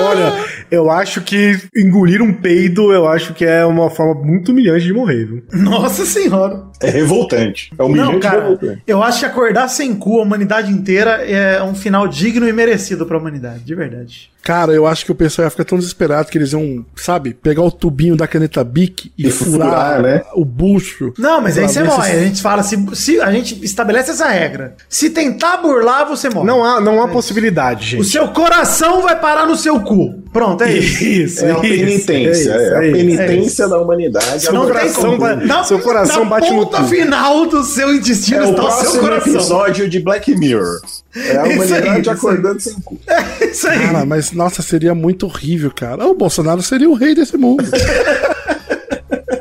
[SPEAKER 4] Olha, eu acho que engolir um peido, eu acho que é uma forma muito humilhante de morrer, viu?
[SPEAKER 3] Nossa senhora.
[SPEAKER 2] É revoltante. É humilhante
[SPEAKER 3] Não, cara,
[SPEAKER 2] revoltante.
[SPEAKER 3] eu acho que acordar sem cu a humanidade inteira é um final digno e merecido pra humanidade, de verdade.
[SPEAKER 1] cara, eu acho que o pessoal ia ficar tão desesperado que eles iam, sabe, pegar o tubinho da caneta Bic e,
[SPEAKER 2] E
[SPEAKER 1] furar,
[SPEAKER 2] furar, né?
[SPEAKER 1] o bucho.
[SPEAKER 3] Não, mas aí
[SPEAKER 1] Pra
[SPEAKER 3] você
[SPEAKER 1] ver se-
[SPEAKER 3] morre. A gente fala, se, se- a gente estabelece essa regra. Se tentar burlar, você morre.
[SPEAKER 4] Não há, não há
[SPEAKER 3] O
[SPEAKER 4] possibilidade, gente.
[SPEAKER 3] seu coração vai parar no seu cu. Pronto, é isso.
[SPEAKER 4] Isso,
[SPEAKER 2] É a penitência, é, a penitência da humanidade.
[SPEAKER 4] Seu
[SPEAKER 2] Agora, tá
[SPEAKER 4] coração
[SPEAKER 3] como.
[SPEAKER 4] ba- seu coração
[SPEAKER 3] na
[SPEAKER 4] bate no
[SPEAKER 3] ponta
[SPEAKER 4] cu.
[SPEAKER 3] final do seu intestino
[SPEAKER 2] é o
[SPEAKER 3] está o seu
[SPEAKER 2] próximo
[SPEAKER 3] coração.
[SPEAKER 2] episódio de Black Mirror. É a
[SPEAKER 3] *laughs* Isso aí,
[SPEAKER 2] humanidade
[SPEAKER 3] isso aí.
[SPEAKER 2] acordando sem cu.
[SPEAKER 3] É isso aí.
[SPEAKER 1] Cara, mas nossa, seria muito horrível, cara. O Bolsonaro seria o rei desse
[SPEAKER 3] *laughs*
[SPEAKER 1] mundo.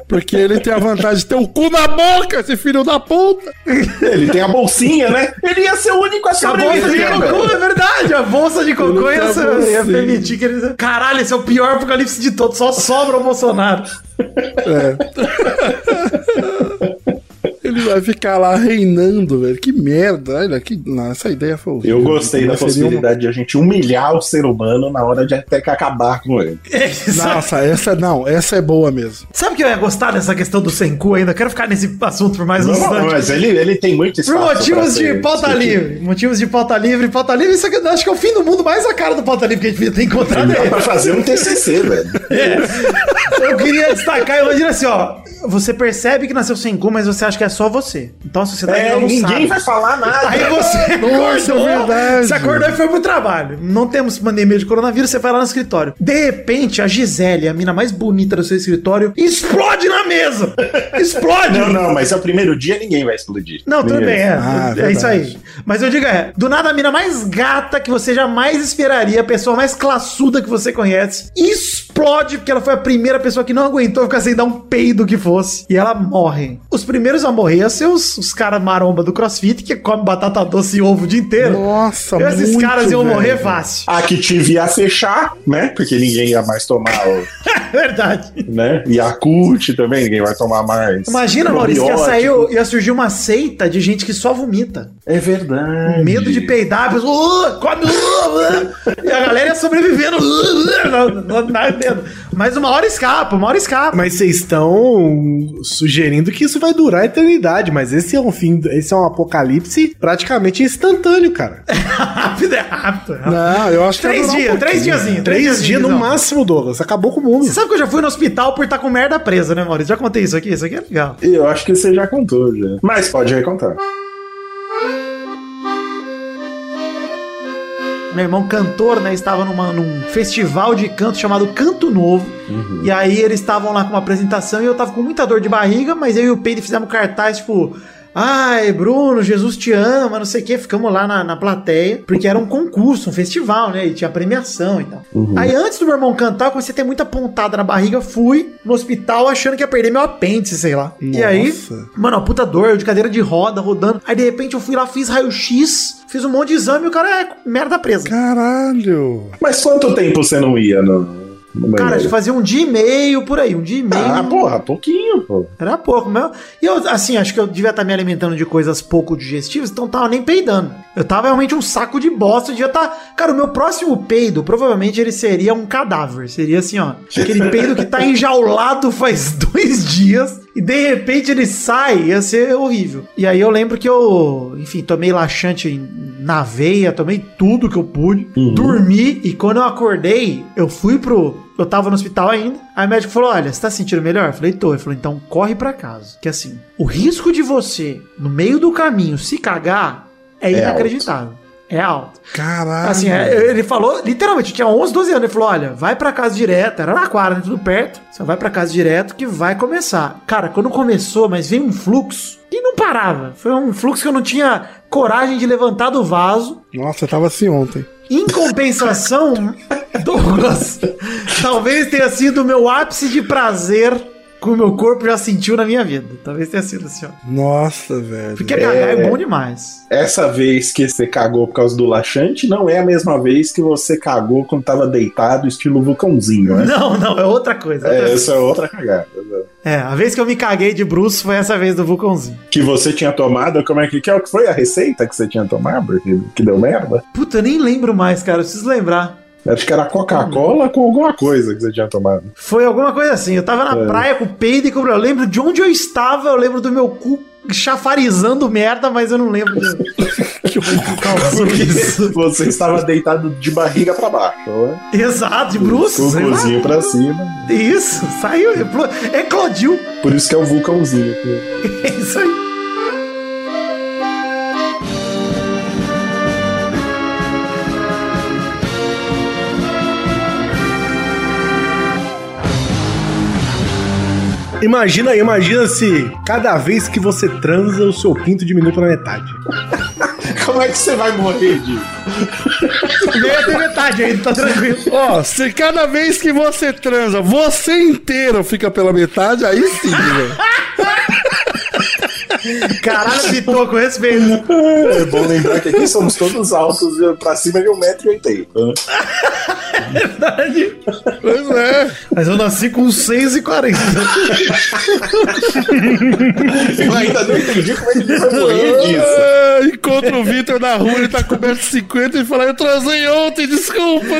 [SPEAKER 1] Porque ele tem a vantagem de ter o cu na boca, esse filho da puta.
[SPEAKER 2] Ele tem a bolsinha, né? Ele ia ser o único a
[SPEAKER 3] A bolsa de
[SPEAKER 2] sobreviver. velho.
[SPEAKER 3] cocô, é verdade. A bolsa de cocô ia,
[SPEAKER 1] Muita
[SPEAKER 3] ser- ia
[SPEAKER 1] bolsinha.
[SPEAKER 3] permitir que eles. Caralho, esse é o pior apocalipse de todos. Só sobra o Bolsonaro.
[SPEAKER 1] É. Ele vai ficar lá reinando, velho. Que merda. Olha, que... não, essa ideia foi horrível.
[SPEAKER 2] Eu gostei da
[SPEAKER 1] Mas
[SPEAKER 3] um-
[SPEAKER 1] seria um- uma-
[SPEAKER 2] possibilidade de a gente humilhar o ser humano na hora de até que acabar com ele.
[SPEAKER 1] Nossa, essa não, essa é boa mesmo.
[SPEAKER 3] É, Sabe que eu ia gostar dessa questão do sem cu ainda? Quero ficar nesse assunto por mais um
[SPEAKER 2] Não,
[SPEAKER 3] instante.
[SPEAKER 2] mas ele, ele tem muito
[SPEAKER 3] Por
[SPEAKER 2] espaço. pra
[SPEAKER 3] motivos de
[SPEAKER 2] ser
[SPEAKER 3] pauta
[SPEAKER 2] discutido.
[SPEAKER 3] livre. Motivos de pauta livre, pauta livre. Isso aqui eu acho que é o fim do mundo, mais a cara do pauta livre que a gente podia ter encontrado.
[SPEAKER 2] Dá
[SPEAKER 3] é
[SPEAKER 2] pra fazer um TCC, velho.
[SPEAKER 3] Eu queria destacar, eu imagino assim, ó. Você percebe que nasceu sem cu, mas você acha que é só você. Então a sociedade
[SPEAKER 2] É,
[SPEAKER 3] ainda não
[SPEAKER 2] ninguém
[SPEAKER 3] sabe.
[SPEAKER 2] vai falar nada.
[SPEAKER 3] Aí você
[SPEAKER 1] Nossa,
[SPEAKER 3] acordou,
[SPEAKER 1] verdade.
[SPEAKER 3] você acordou e foi pro trabalho. Não temos pandemia de coronavírus, você vai lá no escritório. De repente, a Gisele, a mina mais bonita do seu escritório, explode na mesa. Explode.
[SPEAKER 2] Não, não, mas é o primeiro dia ninguém vai explodir.
[SPEAKER 3] Não, tudo
[SPEAKER 2] Ninguém.
[SPEAKER 3] bem, é.
[SPEAKER 1] Ah,
[SPEAKER 3] é
[SPEAKER 1] verdade.
[SPEAKER 3] isso aí. Mas eu digo, é, do nada a mina mais gata que você jamais esperaria, a pessoa mais classuda que você conhece, explode porque ela foi a primeira pessoa que não aguentou ficar sem dar um peido que fosse. E ela morre. Os primeiros a morrer são os, os caras maromba do crossfit que come batata doce e ovo o dia inteiro.
[SPEAKER 1] Nossa,
[SPEAKER 3] Esses
[SPEAKER 1] muito,
[SPEAKER 3] caras iam
[SPEAKER 1] velho.
[SPEAKER 3] morrer fácil. *laughs*
[SPEAKER 2] A que tive a fechar, né? Porque ninguém ia mais tomar, o-
[SPEAKER 3] É Verdade.
[SPEAKER 2] né? E a CUT também, ninguém vai tomar mais.
[SPEAKER 3] Imagina, Maurício, que ia,
[SPEAKER 2] Probiótico.
[SPEAKER 3] sair, ia surgir uma seita de gente que só vomita.
[SPEAKER 2] É verdade.
[SPEAKER 3] medo de peidar, a pessoa, "Uh, come, uh, uh", e a galera ia sobrevivendo. uh, uh, na- na- na- dentro. Mas uma hora escapa, uma hora escapa.
[SPEAKER 4] Mas vocês estão sugerindo que isso vai durar a eternidade, mas esse é um fim, esse é um apocalipse praticamente instantâneo, cara.
[SPEAKER 3] Rápido, é rápido. é rápido.
[SPEAKER 1] Não, eu acho que vai
[SPEAKER 3] Três
[SPEAKER 1] durar um
[SPEAKER 3] dias, três diazinho, três
[SPEAKER 4] Três dias
[SPEAKER 3] diazinho,
[SPEAKER 4] no
[SPEAKER 3] não.
[SPEAKER 4] máximo, Douglas. Acabou com o mundo.
[SPEAKER 3] Você sabe que eu já fui no hospital por estar com merda presa, né, Maurício? Já contei isso aqui? Isso aqui é legal.
[SPEAKER 2] Eu acho que você já contou, já. Mas pode recontar.
[SPEAKER 3] Meu irmão cantor, né, estava numa- num festival de canto chamado Canto Novo. E aí eles estavam lá com uma apresentação e eu tava com muita dor de barriga, mas eu e o Pedro fizemos cartaz, tipo... Ai, Bruno, Jesus te ama, não sei o que. Ficamos lá na, na plateia, porque era um concurso, um festival, né? E tinha premiação e tal. Aí antes do meu irmão cantar, eu comecei a ter muita pontada na barriga. Fui no hospital achando que ia perder meu apêndice, sei lá. E aí,
[SPEAKER 1] Nossa.
[SPEAKER 3] Mano, uma puta dor, eu de cadeira de roda, rodando. Aí de repente eu fui lá, fiz raio-x, fiz um monte de exame e o cara é merda presa.
[SPEAKER 1] Caralho.
[SPEAKER 2] Mas quanto tempo você não ia no, no banheiro?
[SPEAKER 3] Cara, acho que fazia um dia e meio por aí, um dia e meio.
[SPEAKER 2] ah, porra, pouquinho, pô.
[SPEAKER 3] Era pouco mesmo. E eu, assim, acho que eu devia estar me alimentando de coisas pouco digestivas, então tava nem peidando. Eu tava realmente um saco de bosta, eu devia estar. Cara, o meu próximo peido, provavelmente ele seria um cadáver. Seria assim, ó. Aquele peido que tá enjaulado faz *laughs* dois dias e de repente ele sai, ia ser horrível. E aí eu lembro que eu, enfim, tomei laxante em- na veia, tomei tudo que eu pude, dormi e quando eu acordei, eu fui pro. Eu tava no hospital ainda. Aí o médico falou: Olha, você tá sentindo melhor? Eu falei: Tô. Ele falou: Então corre pra casa. Que assim, o risco de você, no meio do caminho, se cagar é,
[SPEAKER 2] É
[SPEAKER 3] inacreditável. É alto.
[SPEAKER 1] Caralho.
[SPEAKER 3] Assim, é, ele falou, literalmente, eu tinha 11, 12 anos. Ele falou: olha, vai pra casa direto, era na quadra, né, tudo perto. Você vai pra casa direto que vai começar. Cara, quando começou, mas veio um fluxo que não parava. Foi um fluxo que eu não tinha coragem de levantar do vaso.
[SPEAKER 1] Nossa, eu tava assim ontem.
[SPEAKER 3] Em compensação, *laughs* Douglas, talvez tenha sido o meu ápice de prazer que o meu corpo já sentiu na minha vida. Talvez tenha sido assim, ó.
[SPEAKER 1] Nossa, velho.
[SPEAKER 3] Porque cagar é bom demais.
[SPEAKER 2] Essa vez que você cagou por causa do laxante não é a mesma vez que você cagou quando tava deitado, estilo vulcãozinho, né?
[SPEAKER 3] Não, não, é outra coisa. outra
[SPEAKER 2] É,
[SPEAKER 3] coisa.
[SPEAKER 2] essa é outra cagada.
[SPEAKER 3] É, a vez que eu me caguei de bruxo foi essa vez do vulcãozinho.
[SPEAKER 2] Que você tinha tomado, como é que, que é o que foi a receita que você tinha tomado, que, que deu merda?
[SPEAKER 3] Puta, eu nem lembro mais, cara. Eu preciso lembrar.
[SPEAKER 2] Acho que era Coca-Cola com alguma coisa que você tinha *laughs* tomado.
[SPEAKER 3] Foi alguma coisa assim. Eu tava na
[SPEAKER 2] É.
[SPEAKER 3] praia com o peido e com... Eu lembro de onde eu estava. Eu lembro do meu cu chafarizando merda, mas eu não lembro do...
[SPEAKER 4] *laughs*
[SPEAKER 3] que o causou isso.
[SPEAKER 2] Você estava deitado de barriga pra baixo, né?
[SPEAKER 3] Exato, de
[SPEAKER 2] Com
[SPEAKER 4] um
[SPEAKER 3] bruxo.
[SPEAKER 2] o
[SPEAKER 3] sei lá.
[SPEAKER 2] cozinho pra cima.
[SPEAKER 3] Isso, saiu, eplo- eclodiu.
[SPEAKER 2] Por isso que é o vulcãozinho.
[SPEAKER 3] É isso aí.
[SPEAKER 4] Imagina, imagina se cada vez que você transa, o seu pinto diminui pela metade.
[SPEAKER 2] Como é que você vai morrer disso?
[SPEAKER 3] Veio até metade ainda, tá tranquilo.
[SPEAKER 1] Ó, se cada vez que você transa, você inteiro fica pela metade, aí sim, velho.
[SPEAKER 3] Caralho, pitou com respeito.
[SPEAKER 2] É bom lembrar que aqui somos todos altos e pra cima de 1,80m. né?
[SPEAKER 1] Pois é.
[SPEAKER 3] Mas eu nasci com 6,40.
[SPEAKER 2] Eu ainda não entendi como é que ele foi morrer disso.
[SPEAKER 1] Ah, Encontra o Vitor na rua, ele tá coberto de 50 e fala: Eu transei ontem, desculpa.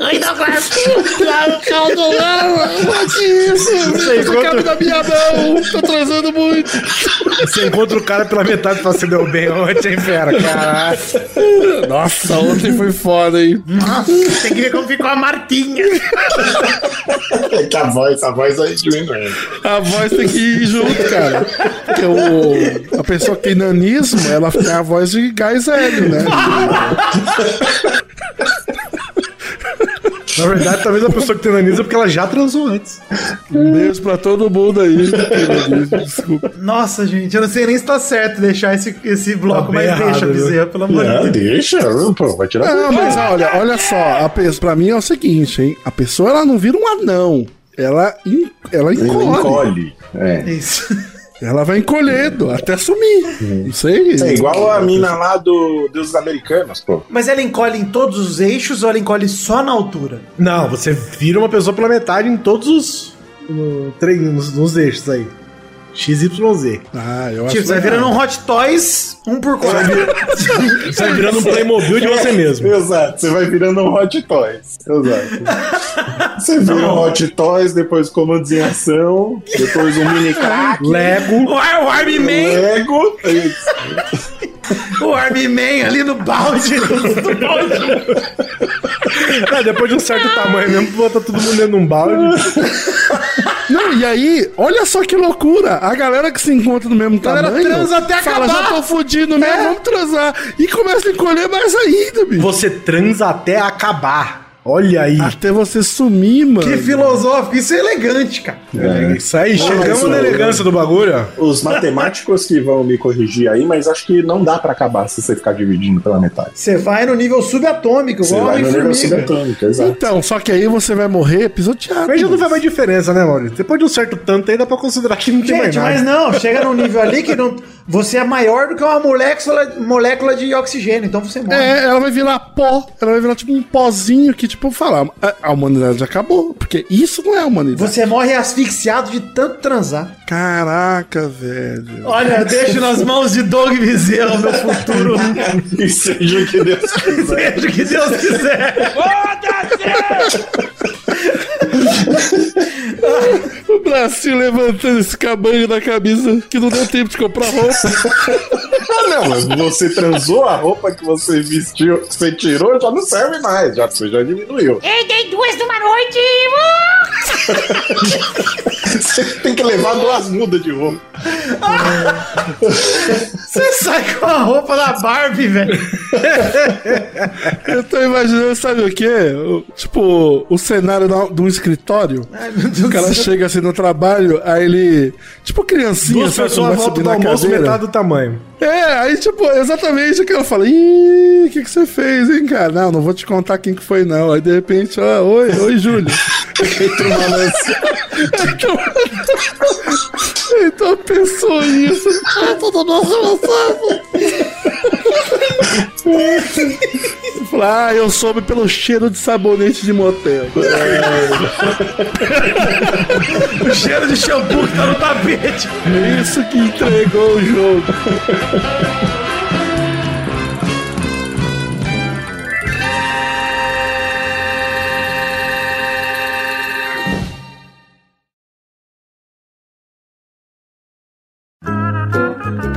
[SPEAKER 5] Ai, não, claro.
[SPEAKER 1] Claro, caldo lá, bate isso.
[SPEAKER 4] Você
[SPEAKER 1] Você
[SPEAKER 4] encontra-
[SPEAKER 1] cabe na minha mão, tô transando muito.
[SPEAKER 4] Você encontra o cara pela metade e fala, você deu bem ontem, hein, fera? Caralho.
[SPEAKER 1] Nossa, ontem foi foda, hein?
[SPEAKER 3] Tem que ver como ficou a Martinha.
[SPEAKER 2] Que tá a voz, a voz aí né? diminui.
[SPEAKER 1] A voz tem que ir junto, cara. Porque o, a pessoa que tem nanismo, ela tem a voz de gás hélio, né?
[SPEAKER 4] Na verdade, talvez a pessoa que tem nanisa é porque ela já transou antes.
[SPEAKER 1] Um beijo pra todo mundo aí. Desculpa.
[SPEAKER 3] Nossa, gente, eu não sei nem se tá certo deixar esse, esse bloco,
[SPEAKER 4] Tá
[SPEAKER 3] mas
[SPEAKER 4] bem
[SPEAKER 3] deixa,
[SPEAKER 4] errado, É.
[SPEAKER 3] Bezerra, pelo amor de Deus.
[SPEAKER 2] Não, deixa, pô, vai tirar.
[SPEAKER 1] Não, mas olha, olha só, a pe- pra mim é o seguinte, hein? A pessoa ela não vira um anão. Ela, en- ela
[SPEAKER 2] Ele
[SPEAKER 1] encolhe.
[SPEAKER 2] encolhe. É.
[SPEAKER 3] Isso. *laughs*
[SPEAKER 1] Ela vai encolhendo até sumir. Não sei.
[SPEAKER 2] É igual a mina lá do Deus dos Americanos, pô.
[SPEAKER 3] Mas ela encolhe em todos os eixos ou ela encolhe só na altura?
[SPEAKER 4] Não, você vira uma pessoa pela metade em todos os. no- tre- nos, nos eixos aí. XYZ.
[SPEAKER 1] Ah, eu acho
[SPEAKER 3] tipo, você
[SPEAKER 1] legal.
[SPEAKER 3] vai virando um Hot Toys, um por quatro.
[SPEAKER 4] Você vai virando um Playmobil de você mesmo.
[SPEAKER 2] Exato, você vai virando um Hot Toys. Exato. Você vira um Hot Toys, depois comandos em ação, depois um *laughs* mini crack, um
[SPEAKER 4] Lego.
[SPEAKER 3] O Ar- o Army Man,
[SPEAKER 2] Lego. É
[SPEAKER 3] *laughs* o Army Man ali no balde.
[SPEAKER 4] Ah, depois de um certo tamanho mesmo, bota todo mundo dentro de um balde.
[SPEAKER 1] Não, e aí, olha só que loucura. A galera que se encontra no mesmo
[SPEAKER 3] galera
[SPEAKER 1] tamanho...
[SPEAKER 3] transa até
[SPEAKER 1] fala,
[SPEAKER 3] acabar. É.
[SPEAKER 1] já tô fudido mesmo, vamos transar. E começa a encolher mais ainda, bicho.
[SPEAKER 4] Você transa até acabar. Olha aí.
[SPEAKER 1] Até você sumir, mano.
[SPEAKER 3] Que filosófico, isso é elegante, cara.
[SPEAKER 4] É Isso aí, chegamos
[SPEAKER 2] isso
[SPEAKER 4] na
[SPEAKER 2] aí.
[SPEAKER 4] elegância do bagulho. ó.
[SPEAKER 2] Os matemáticos que vão me corrigir aí, mas acho que não dá pra acabar se você ficar dividindo pela metade.
[SPEAKER 3] Você vai no nível subatômico,
[SPEAKER 2] Você
[SPEAKER 3] igual
[SPEAKER 2] vai
[SPEAKER 3] homem
[SPEAKER 2] no nível
[SPEAKER 3] formiga.
[SPEAKER 2] subatômico, exato.
[SPEAKER 1] Então, só que aí você vai morrer pisoteado.
[SPEAKER 4] Mas já não faz mais diferença, né, Maurício? Depois de um certo tanto aí, dá pra considerar que não tem mais
[SPEAKER 3] Gente,
[SPEAKER 4] nada.
[SPEAKER 3] mas não, chega num nível ali que não, você é maior do que uma molécula, molécula de oxigênio, então você morre.
[SPEAKER 1] É, ela vai virar pó. Ela vai virar tipo um pozinho que, tipo, falar, a, a humanidade acabou. Porque isso não é a humanidade.
[SPEAKER 3] Você morre asfixiado de tanto transar.
[SPEAKER 1] Caraca, velho.
[SPEAKER 3] Olha, eu deixo nas mãos de Doug Bezerra o meu *laughs* futuro.
[SPEAKER 2] E seja o que Deus quiser.
[SPEAKER 3] Seja o que Deus quiser.
[SPEAKER 1] O bracinho levantando esse cabanho da camisa que não deu tempo de comprar roupa.
[SPEAKER 2] Ah, não, mas você transou a roupa que você vestiu, que você tirou, já não serve mais, já, você já diminuiu.
[SPEAKER 5] Ei, dei duas numa noite. Uh!
[SPEAKER 2] Você tem que levar duas mudas de roupa.
[SPEAKER 3] Você sai com a roupa da Barbie, velho.
[SPEAKER 1] Eu tô imaginando, sabe o quê? O- tipo, o cenário da- de um escritório.
[SPEAKER 3] Ai, meu Deus
[SPEAKER 1] O cara chega assim no trabalho, aí ele. Tipo, criancinha,
[SPEAKER 4] Duas
[SPEAKER 1] sabe,
[SPEAKER 2] um
[SPEAKER 4] pessoas
[SPEAKER 1] vai
[SPEAKER 4] voltam
[SPEAKER 1] subir
[SPEAKER 4] do
[SPEAKER 1] na
[SPEAKER 4] almoço,
[SPEAKER 1] cadeira.
[SPEAKER 4] metade do tamanho.
[SPEAKER 1] É, aí tipo, exatamente o que ela fala, ih, o que, que você fez, hein, cara? Não, não vou te contar quem que foi, não. Aí de repente, ó, oi, oi, Júlio. *laughs*
[SPEAKER 2] Entre uma lança.
[SPEAKER 1] então, então pensou isso. Ah, toda nossa relação. Fala, ah, eu soube pelo cheiro de sabonete de motel.
[SPEAKER 3] *laughs* O cheiro de shampoo que tá no tapete.
[SPEAKER 1] É Isso que entregou o jogo.